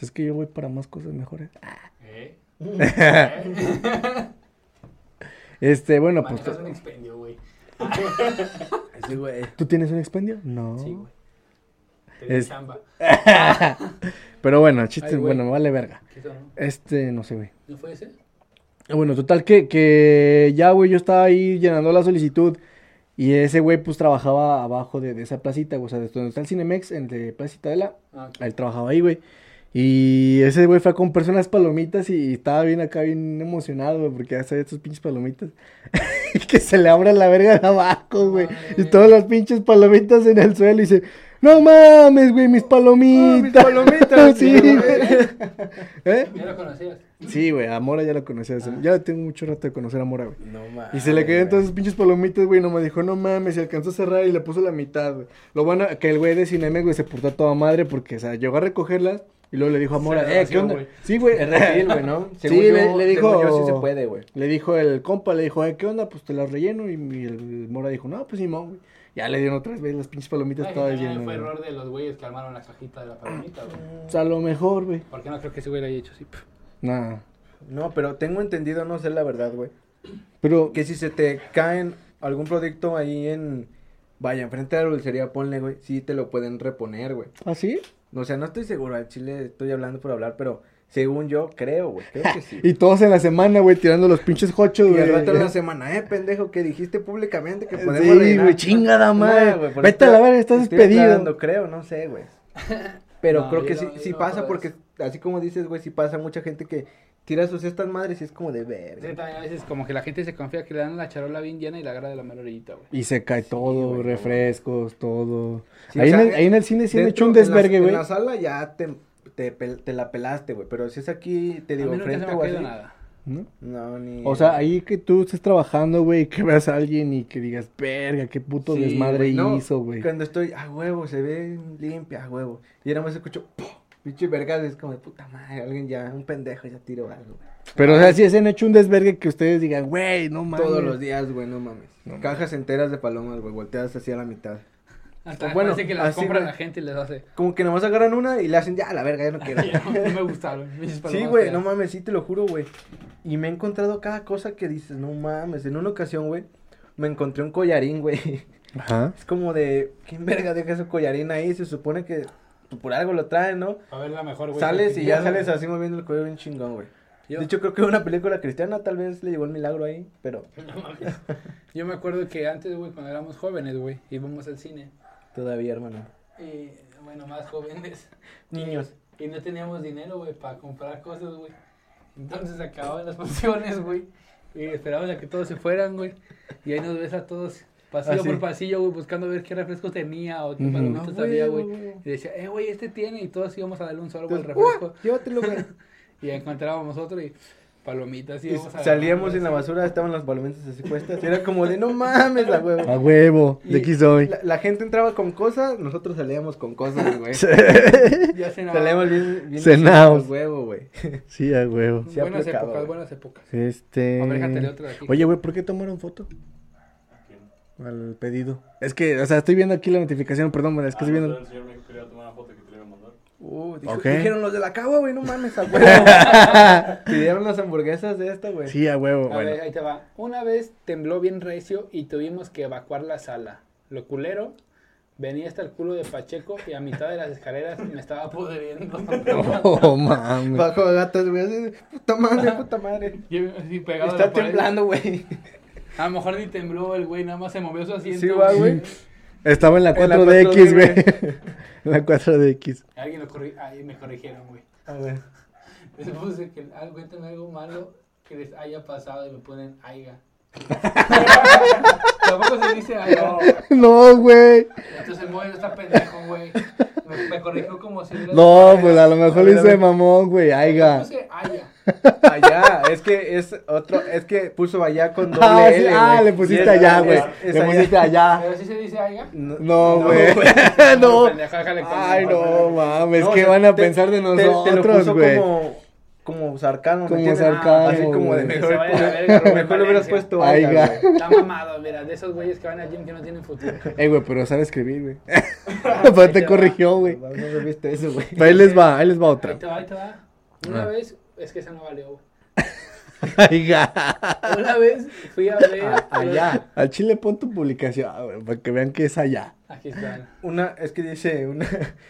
Es que yo voy para más cosas [laughs] mejores.
[laughs]
¿Eh? ¿Eh?
pues,
Este, bueno, pues.
Manejas un expendio, güey.
Sí, güey.
¿Tú tienes un expendio? No.
Sí, güey. Te di
Es-
chamba.
Pero bueno, chiste,
Ay, güey.
bueno, vale verga.
¿Qué son?
Este, no sé, güey.
¿No fue ese?
Bueno, total que, que ya, güey, yo estaba ahí llenando la solicitud. Y ese güey, pues, trabajaba abajo de, de esa placita, güey, O sea, de donde está el Cinemex, en de Placita de la.
Ah, ok.
Él trabajaba ahí, güey. Y ese güey fue a comprarse unas palomitas y, y estaba bien acá, bien emocionado, güey, porque ya sabía estos pinches palomitas. [laughs] y que se le abra la verga de abajo, güey. Y todas las pinches palomitas en el suelo y dice, no mames, güey, mis palomitas.
Ah,
[laughs]
palomitas,
sí,
sí,
güey.
güey.
¿Eh?
¿Ya lo conocías?
Sí, güey, a Mora ya la conocía. hace- Ya tengo mucho rato de conocer a Mora, güey.
No mames.
Y se le
quedó
quedaron todas esas pinches palomitas, güey. No me dijo, no mames, se alcanzó a cerrar y le puso la mitad, güey. Lo bueno que el güey de Cinemex, güey, se portó a toda madre porque, o sea, llegó a recogerlas y luego le dijo a
Se
Mora,
la
eh, ¿qué
vació,
onda?
güey.
Sí, güey.
[laughs] Es refil, güey, ¿no?
Sí,
Según
le-
yo-
le dijo-
según Yo sí se puede, güey.
[laughs] Le dijo el compa, le dijo, eh, ¿qué onda? Pues te las relleno. Y, y el Mora dijo, no, pues Simón, güey. Ya le dieron otras veces las pinches palomitas
Ay,
todas
también
llenas.
Fue
eh.
güey.
error de los güeyes que armaron la cajita de la palomita, güey.
O sea, a lo mejor, güey.
Porque no creo que ese güey lo haya hecho así. pf.
Nada.
No, pero tengo entendido, no sé la verdad, güey.
Pero,
Que si se te caen algún producto ahí en. Vaya, enfrente de la dulcería, ponle, güey. Sí, te lo pueden reponer, güey.
¿así?
O sea, no estoy seguro, al chile estoy hablando por hablar, pero según yo, creo, güey. Creo que sí.
[laughs] Y todos en la semana, güey, tirando los pinches jochos,
Y
güey.
al rato de la semana, eh, pendejo, que dijiste públicamente que podemos
Sí,
rellenar".
güey, chingada
[laughs] No,
madre.
güey, por
Vete
eso
a la
te-
verga, estás
te estoy
despedido.
aclarando, creo, no sé,
[laughs]
güey. Pero
No,
creo
yo
que
no-
sí,
yo
sí
no
pasa
puedo
porque, así como dices, güey, sí pasa mucha gente que tira sus estas madres y es como de verga.
Sí, también a veces como que la gente se confía que le dan la charola bien llena y la agarra de la mera orillita, güey.
[laughs] Y se cae todo,
güey, no,
refrescos, todo.
Sí,
ahí,
o sea, eh,
en el, ahí en el cine sí han
Dentro,
hecho un
en la-
desvergue, güey.
En la sala ya te, te, pel- te la pelaste, güey. Pero si es aquí, te
A mí
digo,
nunca se me
frente
ha
o así.
caído nada.
¿no?
No, ni.
O sea, ahí que tú estés trabajando, güey, y que veas a alguien y que digas, verga, qué puto
Sí,
desmadre
güey, no,
hizo, güey.
Cuando estoy, a huevo, se ve limpia, a huevo. Y nada más escucho, ¡pum! pinche vergas, es como de puta madre, alguien ya, un pendejo, ya tiró algo. güey.
Pero, o sea, sí se han hecho un desvergue que ustedes digan, güey, no mames.
Todos los días, güey, no mames.
No
Cajas enteras de palomas, güey, volteadas así a la mitad.
Hasta
Pues Bueno,
parece que las
así,
compra
güey.
la gente y les hace. [laughs]
Como que nomás agarran una y le hacen, ya, a la verga, ya
[laughs]
no quiero.
No, no me gustaron. pinches
Sí,
palomas
güey,
feas.
no mames, sí, te lo juro, güey. Y me he encontrado cada cosa que dices, no mames. En una ocasión, güey, me encontré un collarín, güey. [laughs]
Ajá.
Es como de, ¿quién verga deja ese collarín ahí? Se supone que pues, por algo lo traen, ¿no?
A ver la mejor, güey.
Sales y ya sales
a...
así moviendo el cuello bien chingón, güey.
Yo- [laughs]
De hecho, creo que una película cristiana tal vez le llegó el milagro ahí, pero
Yo me acuerdo que antes, güey, cuando éramos jóvenes, güey, íbamos al cine.
todavía, hermano.
Y, bueno, más jóvenes.
Niños.
Y no teníamos dinero, güey, para comprar cosas, güey. Entonces acababan las [laughs] funciones, güey. Y esperábamos a que todos se fueran, güey. Y ahí nos ves a todos, pasillo
Así.
por pasillo, güey, buscando ver qué refresco tenía o qué
Ujú.
palomitas
Ah,
había,
güey,
güey.
güey.
Y decía, eh, güey, este tiene. Y todos íbamos a darle un sorbo al
Entonces,
refresco.
¡uah! Llévatelo, [laughs] güey.
Y encontrábamos otro y palomitas.
Y
íbamos a-
salíamos y en la basura, estaban las palomitas así puestas. Y era como de, no mames,
[laughs]
la huevo.
A huevo,
Y
de aquí soy.
La, la gente entraba con cosas, nosotros salíamos con
[laughs]
cosas, güey.
Ya
[laughs]
cenábamos.
salíamos bien, bien
Cenados.
hechos huevo, güey.
[laughs] Sí, a huevo.
Sí,
buenas
aplicado,
épocas,
güey.
buenas épocas.
Este.
A ver, déjate otra de aquí.
Oye, güey, ¿por qué tomaron foto? Al pedido. Es que, o sea, estoy viendo aquí la notificación, perdón, es que
Ah,
estoy viendo.
El Ah, señor me dijo que le iba a tomar una foto que te la iba a mandar.
Uh, dijo-
Ok.
Dijeron los de la cava, güey, no mames,
[laughs]
a huevo. Pidieron las hamburguesas de esta, güey.
Sí, a huevo,
A ver,
bueno.
ahí te va. Una vez tembló bien recio y tuvimos que evacuar la sala. Lo culero venía hasta el culo de Pacheco y a mitad de las escaleras me estaba pudriendo.
[laughs] Oh, mames.
Bajo de gatas, güey, así, puta madre, puta madre.
[laughs] Yo así pegado a la
Está
pared.
temblando, güey.
A lo mejor ni tembló el güey, nada más se movió su asiento.
Sí, va, güey.
Estaba en la
En la
4DX,
4D,
güey. [laughs] En la 4DX.
Alguien lo corri- ahí me corrigieron, güey.
A ver.
Les puse que ah, cuéntame algo malo que les haya pasado y me ponen aiga. [laughs] Tampoco se dice aiga.
[laughs] No, güey.
Entonces el güey no está pendejo, güey. Me, me corrigió como si hubiera-
No, pues a lo
A
mejor
ver,
le
a
hice
ver.
mamón, güey.
Le
Aiga.
puse Pues aiga.
Allá, es que es otro, es que puso allá con doble
Ah, sí,
L,
ah,
güey.
le
Y
pusiste
es-
allá, güey.
es- es
Le
allá.
pusiste
[laughs]
allá.
Pero si se dice aiga.
[laughs] No, güey. [laughs] No.
Pendejo, déjale con-
Ay, no, mames.
No, o
¿Qué
sea,
van a
te-
pensar de
te- te lo
nosotros,
puso
güey?
Como, como sarcasmo. ¿me
Como
entiendes?
sarcasmo,
Así como de
güey.
Que
mejor.
se vaya a la verga, Rubén
Mejor le hubieras
Valencia.
puesto
Ay,
algo,
ga-
güey.
Está mamado, mira, de esos güeyes que van al gym que no tienen futuro.
Eh, güey, pero sabe escribir, güey.
[laughs]
[laughs] Pero te corrigió, [laughs] güey.
No me viste
[laughs]
eso, güey.
Pero ahí les va, ahí les va [laughs]
Ahí
otra.
te va, ahí te va. Una
Ah.
vez, es que esa no valió. güey.
Aiga.
Una vez fui a ver.
Ah,
A- Allá.
Al chile pon tu publicación, ah, güey, para que vean que es allá.
[laughs] Aquí está.
Una, es que dice, una,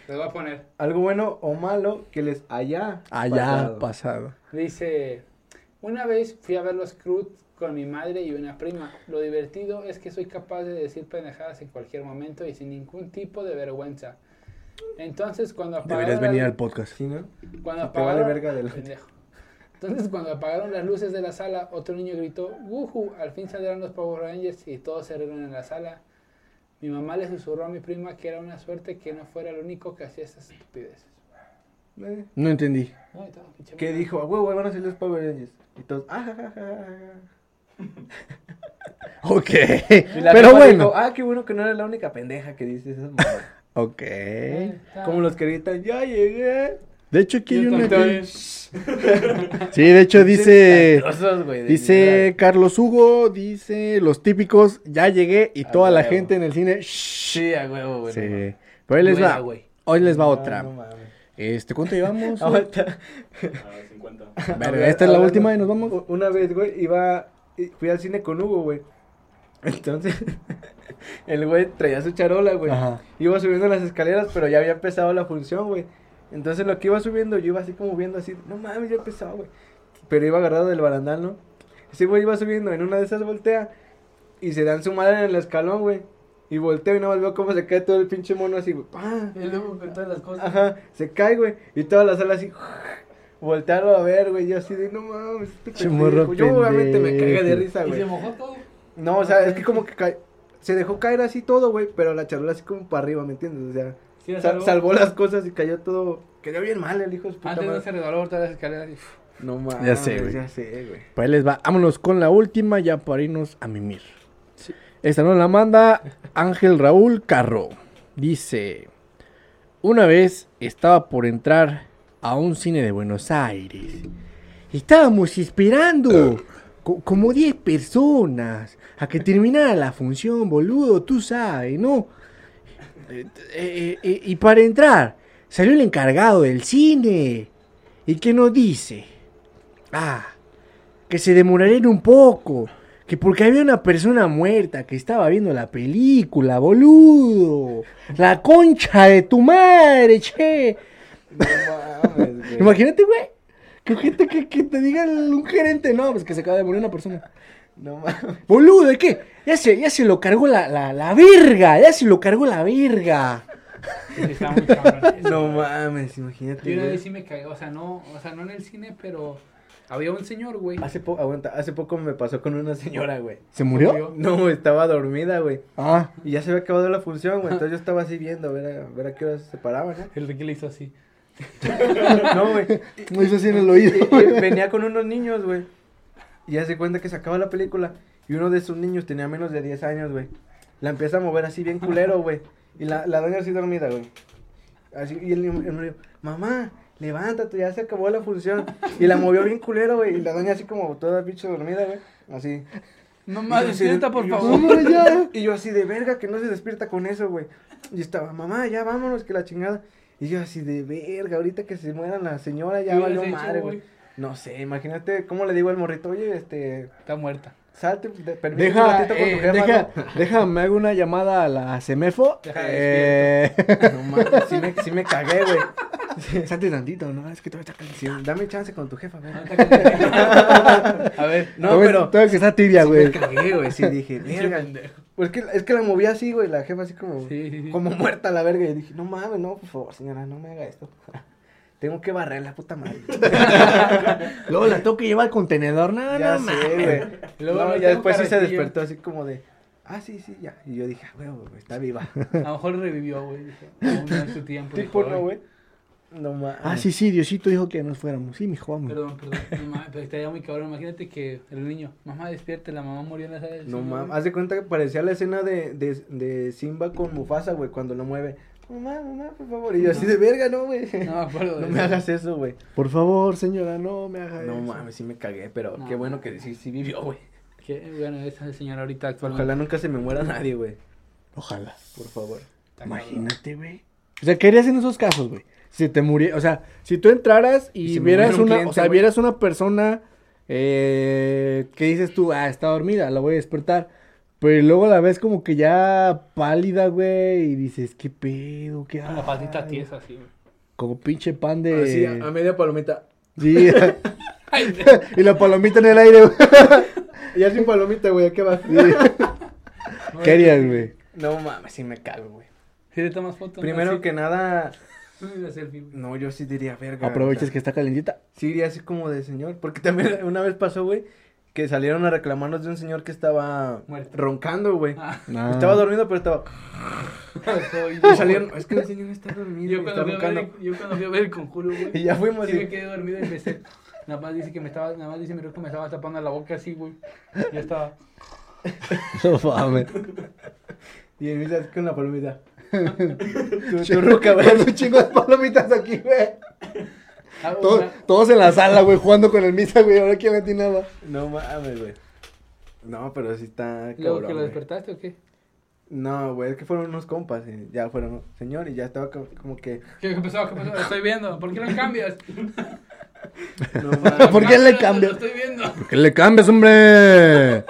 Les voy a poner.
algo bueno o malo que les allá.
Allá pasado.
Dice: Una vez fui a ver los Cruz con mi madre y una prima. Lo divertido es que soy capaz de decir pendejadas en cualquier momento y sin ningún tipo de vergüenza. Entonces, cuando
Deberías
apagaron
venir
las-
al podcast.
¿Sí, no?
Cuando
Te vale
apagaron,
verga de lo-
Pendejo. Entonces, cuando apagaron las luces de la sala, otro niño gritó, ¡Wuhu! Al fin saldrán los Power Rangers y todos se rieron en la sala. Mi mamá le susurró a mi prima que era una suerte que no fuera el único que hacía estas estupideces.
Eh,
No entendí.
Ay, estaba pinche
Que
mamá.
dijo, a huevo, ahí van a ser los Power Rangers. Y todos, ah, ja, ja, ja, ja.
[laughs] Ok.
Y la
Pero
jefa
bueno.
dijo, ah, qué bueno que no eres la única pendeja que dice esas mamadas.
Ok.
Ay,
De
estaba-
[laughs] Como los que gritan, ya llegué.
hecho, aquí hay
Yo
una.
también.
Sí, de
[laughs]
hecho, dice.
Castrosos, güey, de
Dice Carlos Hugo, dice los típicos, ya llegué y
A
toda la
Ah, huevo.
gente en el cine. shh.
Sí, a huevo, güey.
Sí.
no mames.
Pero hoy les
Buena,
va,
güey.
hoy les va
No,
otra.
no mames.
Este, ¿cuánto
[laughs]
llevamos?
Ahorita-
A 50.
[laughs] Verga,
Habla-
esta es la
hablando-
última y nos vamos.
u- Una vez, güey, iba. y Fui al cine con Hugo, güey. [laughs] Entonces, [laughs] el güey traía su charola, güey.
Ajá.
Iba subiendo las escaleras, pero ya había empezado la función, güey. Entonces, lo que iba subiendo, yo iba así como viendo así. No mames, ya empezaba, güey. Pero iba agarrado del barandal, ¿no? Ese güey iba subiendo, en una de esas voltea. Y se dan su madre en el escalón, güey. Y volteo y nada más veo cómo se cae todo el pinche mono así, güey. ¡Pah!
Y luego con todas las cosas.
Ajá, se cae, güey. Y toda la sala así. Voltearon a ver, güey, yo así de, no mames, este
Chimorro
pendejo". Yo obviamente me
pendejo.
cagué de risa,
¿Y
güey.
se mojó todo?
No, o sea, es que como que ca- se dejó caer así todo, güey, pero la charola así como para arriba, ¿me entiendes? O sea,
Sí, la
sal-
salvó.
salvó las cosas y cayó todo. Quedó bien mal el hijo de su puta
Antes no
madre.
se resbaló, ahorita las escaleras y...
[laughs]
uf.
No mames,
Ya sé, güey.
Ya sé, güey.
Pues ahí les va. Vámonos con la última ya para irnos a mimir. Esta no la manda Ángel Raúl Carro. Dice, una vez estaba por entrar a un cine de Buenos Aires. Estábamos esperando co- como 10 personas a que terminara la función, boludo, tú sabes, ¿no? Eh, eh, eh, y para entrar, salió el encargado del cine. ¿Y qué nos dice? Ah, que se demorarían un poco. Que porque había una persona muerta que estaba viendo la película, boludo. La concha de tu madre, che.
No [laughs] mames, güey.
Imagínate, güey. Que gente que, que te diga el- un gerente, no, pues que se acaba de morir una persona.
No mames.
Boludo, ¿de qué? Ya se, ya se lo cargó la, la, la verga, ya se lo cargó la verga.
Sí, Está muy cabrón.
No mames, imagínate.
Yo una
güey.
vez sí me cagué, o sea, no, o sea, no en el cine, pero había un señor, güey.
Hace poco, aguanta, hace poco me pasó con una señora, güey.
¿Se murió?
murió.
No, estaba dormida, güey.
Ah,
Y ya se había acabado la función, güey. Entonces yo estaba así viendo, a ver a, ver a qué hora se paraban, ¿no?
El Ricky le hizo así.
No, güey.
me hizo así en el oído. [laughs]
Y- y venía con unos niños, güey. Y hace cuenta que se acaba la película. Y uno de esos niños tenía menos de 10 años, güey. La empieza a mover así bien culero, güey. Y la, la doña así dormida, güey. Así, y el niño el niño dijo, mamá, levántate, ya se acabó la función. Y la movió bien culero, güey. Y la doña así como toda bicho dormida, güey. Así.
No
Y yo
mames,
así de-
despierta, por
y yo-
favor.
"Vámonos ya". Y yo así de verga que no se despierta con eso, güey. Y estaba, mamá, ya vámonos, que la chingada. Y yo así de verga, ahorita que se muera la señora, ya
¿Qué
valió
hubieras hecho,
madre, güey.
güey?
No sé, imagínate cómo le digo al morrito, oye, este,
Está muerta.
salte, de- permíteme un
Deja,
ratito con tu
eh,
jefa,
deja, deja, me hago una llamada a la Semefo.
Deja,
Eh,
¿no?". [laughs] No mames, sí me, sí me cagué, güey. [laughs]
Salte tantito, no, es que todavía está
Sí, dame chance con tu jefa, güey.
[laughs] A ver,
No,
Todavía-
pero
Todavía que está tibia,
sí me
güey.
cagué, güey, sí dije, verga. Pues es que, es que la moví así, güey, la jefa así como,
Sí, sí, sí.
como muerta la verga. Y dije, no mames, no, por favor, señora, no me haga esto. [laughs] Tengo que barrer la puta madre.
Luego la tengo que llevar al contenedor, nada,
ya
no,
sé,
mames.
güey.
Luego
No,
no
ya
tengo
después sí se
carretillo.
despertó así como de, ah, sí, sí, ya. Y yo dije, "Ah, güey, güey, está viva.
a lo mejor revivió, güey. dijo, Aún no es tu tiempo.
Tipo,
dijo,
no,
"Ay,
güey. No mames.
Ah, sí, sí, Diosito dijo que nos fuéramos. Sí, mi vamos.
Perdón, perdón. No mames, pero estaría muy cabrón. Imagínate que el niño, mamá despierte, la mamá murió en la sala del
No
cine,
mames,
güey.
haz de cuenta que parecía la escena de, de, de Simba con Mufasa, güey, cuando lo mueve. Mamá, mamá, por favor. Y yo así de verga, no, güey.
No me acuerdo.
[laughs]
de
No me
eso.
hagas eso, güey.
Por favor, señora, no me haga
No
eso.
mames, sí me cagué, pero
No.
qué bueno que sí, sí vivió, güey.
Que, bueno, esa señora ahorita actualmente.
Ojalá nunca se me muera nadie, güey.
Ojalá.
Por favor.
Está cabrón.
Imagínate, güey. O sea, ¿qué harías en esos casos, güey? Si te muriera, o sea, si tú entraras
Y
y,
si me
vieras
muriera un
una, o
cliente,
sea,
güey.
vieras una persona eh, que dices tú, ah, está dormida, la voy a despertar.
Ah,
Pero pues, luego la ves como que ya pálida, güey, y dices, ¿qué pedo? ¿Qué
Con la patita
hay?"
tiesa, así, güey.
Como pinche pan de...
Así, Ah, a, a media palomita.
Sí. [laughs]
Ay, de-
y la palomita en el aire, güey.
Ya sin palomita, güey, ¿a ¿qué
[laughs]
va?
¿Qué harías, güey?
No mames, sí me cago, güey.
¿Sí te tomas foto?
Primero
Así,
que nada,
una selfie,
[laughs]
güey.
no, yo sí diría, verga.
Aprovechas
o sea,
que está calentita.
Sí diría así como de señor, porque [laughs] también una vez pasó, güey, que salieron a reclamarnos de un señor que estaba
Muerto.
roncando, güey.
Ah, [laughs]
No.
Estaba dormido, pero estaba...
soy yo.
Y salieron, es que el señor está dormido,
Yo
güey, está
cuando, fui a ver,
roncando.
el- yo cuando fui a ver el conjuro, güey.
Y ya fuimos
Sí
y-
me quedé dormido y empecé. Nada más dice que me estaba, nada más dice mi que me estaba tapando la boca así, güey. Ya estaba.
[laughs] No mames.
Y él dice con la palomita. tu, tu ruca, güey.
Con un chingo de palomitas aquí, güey.
Ah,
Todos,
una-
todos en la sala, güey, jugando con el misa, güey. Ahora quién le atinaba.
No mames, güey. No, pero sí está
¿Luego
cabrón,
que lo
güey.
despertaste o qué?
No, güey, es que fueron unos compas, eh, ya fueron, señor, y ya estaba co- como que,
¿Qué qué pasó? ¿Qué pasó? Lo estoy viendo. ¿Por qué lo cambias?
no
[laughs]
mames.
¿Por qué le
Cámbialo,
cambias?
Lo estoy viendo.
¡Que le cambias, [laughs] hombre!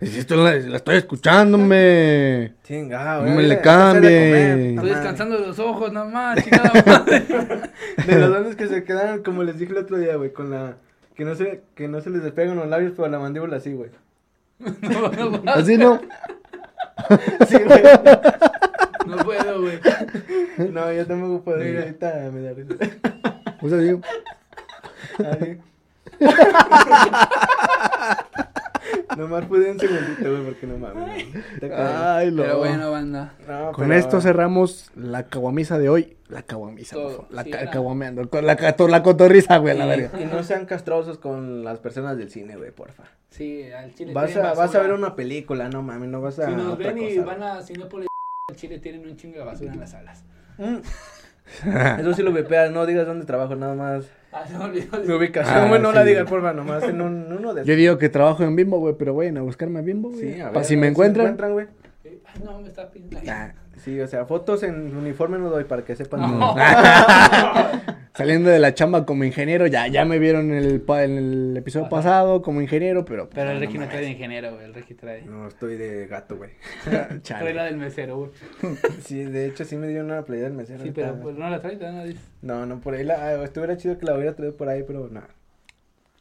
Esto la, la estoy escuchándome.
Chinga,
No
güey,
me le
ya, ya se
cambie.
ha de comer, puta
Estoy
madre.
descansando de los ojos, nada más, chingada madre. [laughs]
[laughs]
De los dones que se quedaron, como les dije el otro día, güey, con la, que no se, que no se les despegan los labios, pero la mandíbula así, güey. [laughs]
No, no, puedo,
Así no.
Sí, güey.
no puedo, güey.
No, yo tampoco puedo,
[laughs]
Mira.
ahorita me da risa.
O sea, digo,
[laughs] Nomás pude un segundito, güey, porque no mames. no. Te cago.
ay, lo.
Pero bueno, banda.
No,
Con
pero-
esto cerramos la caguamisa de hoy. La caguamisa, por
Todo,
favor. La
sí,
ca-
la-
caguameando. con La, cato- la cotorriza, güey, la verga.
Y, y no sean castrosos con las personas del cine, güey, porfa.
Sí, al Chile.
Vas
tienen
a, vas a
basura.
ver una película, no mames, no vas a.
Si nos
otra
ven y
cosa,
van a Cinépolis, al Chile tienen un chingo de basura en las salas.
güey. Mm. Eso sí lo vepeas, no digas dónde trabajo, nada más.
Ah, se me olvidó.
Mi ubicación,
Ah,
güey, no
sí,
la
güey.
digas, porfa, nomás en un, uno
[laughs] [laughs]
de.
Yo digo que trabajo en Bimbo, güey, pero vayan a buscarme a Bimbo, güey.
Sí, a
Pa'
ver,
si
a
me
ver
encuentran.
güey.
Ay, no, me está pidiendo.
Ah,
Sí, o sea, fotos en uniforme no doy para que sepan.
Saliendo de la chamba como ingeniero, ya, ya me vieron en el, pa- en el episodio
Ajá.
pasado como ingeniero, pero.
[laughs] Pero el
no
Ricky no
mames.
trae de ingeniero, güey. El Ricky trae.
No, estoy de gato, güey. [laughs]
Trae
[laughs]
la
Chale.
del mesero, güey.
Sí, de hecho sí me dio una playera del mesero.
Sí,
ahorita,
pero
güey.
pues, no la trae, todavía no la dice.
No, no, por ahí la, ah, estuviera chido que la hubiera traído por ahí, pero nada.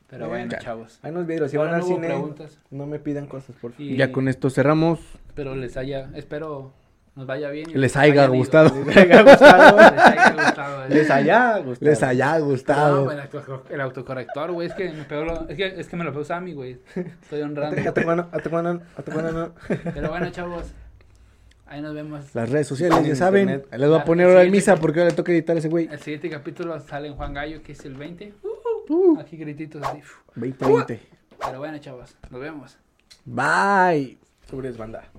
Pero bueno,
Ya.
chavos.
Hay unos vidrios, si
Ahora
van al
no hubo
cine,
preguntas.
no me pidan cosas, por [laughs] favor.
Y-
Ya con esto cerramos.
Pero les haya, espero nos vaya bien. y
Les haya
ido.
gustado.
Les haya gustado,
[laughs] Les
güey.
haya gustado. eh.
Les haya gustado.
[laughs] Les haya
No,
gustado.
güey, el, auto- el autocorrector, güey, es que me pegó lo- es, que, es que me lo pegó Sammy, güey. Estoy
[laughs]
honrando.
Atacuano, atacuano, atacuano.
Pero bueno, chavos. Ahí nos vemos.
Las redes sociales, ya
En
saben.
internet.
Ahí les voy a
Ah,
poner ahora en
sí,
misa
sí.
porque ahora le toca editar a ese güey.
El siguiente capítulo sale en Juan Gallo, que es el 20.
Uh,
Aquí grititos así.
2020.
Pero bueno, chavos, nos vemos.
Bye.
Sobre banda.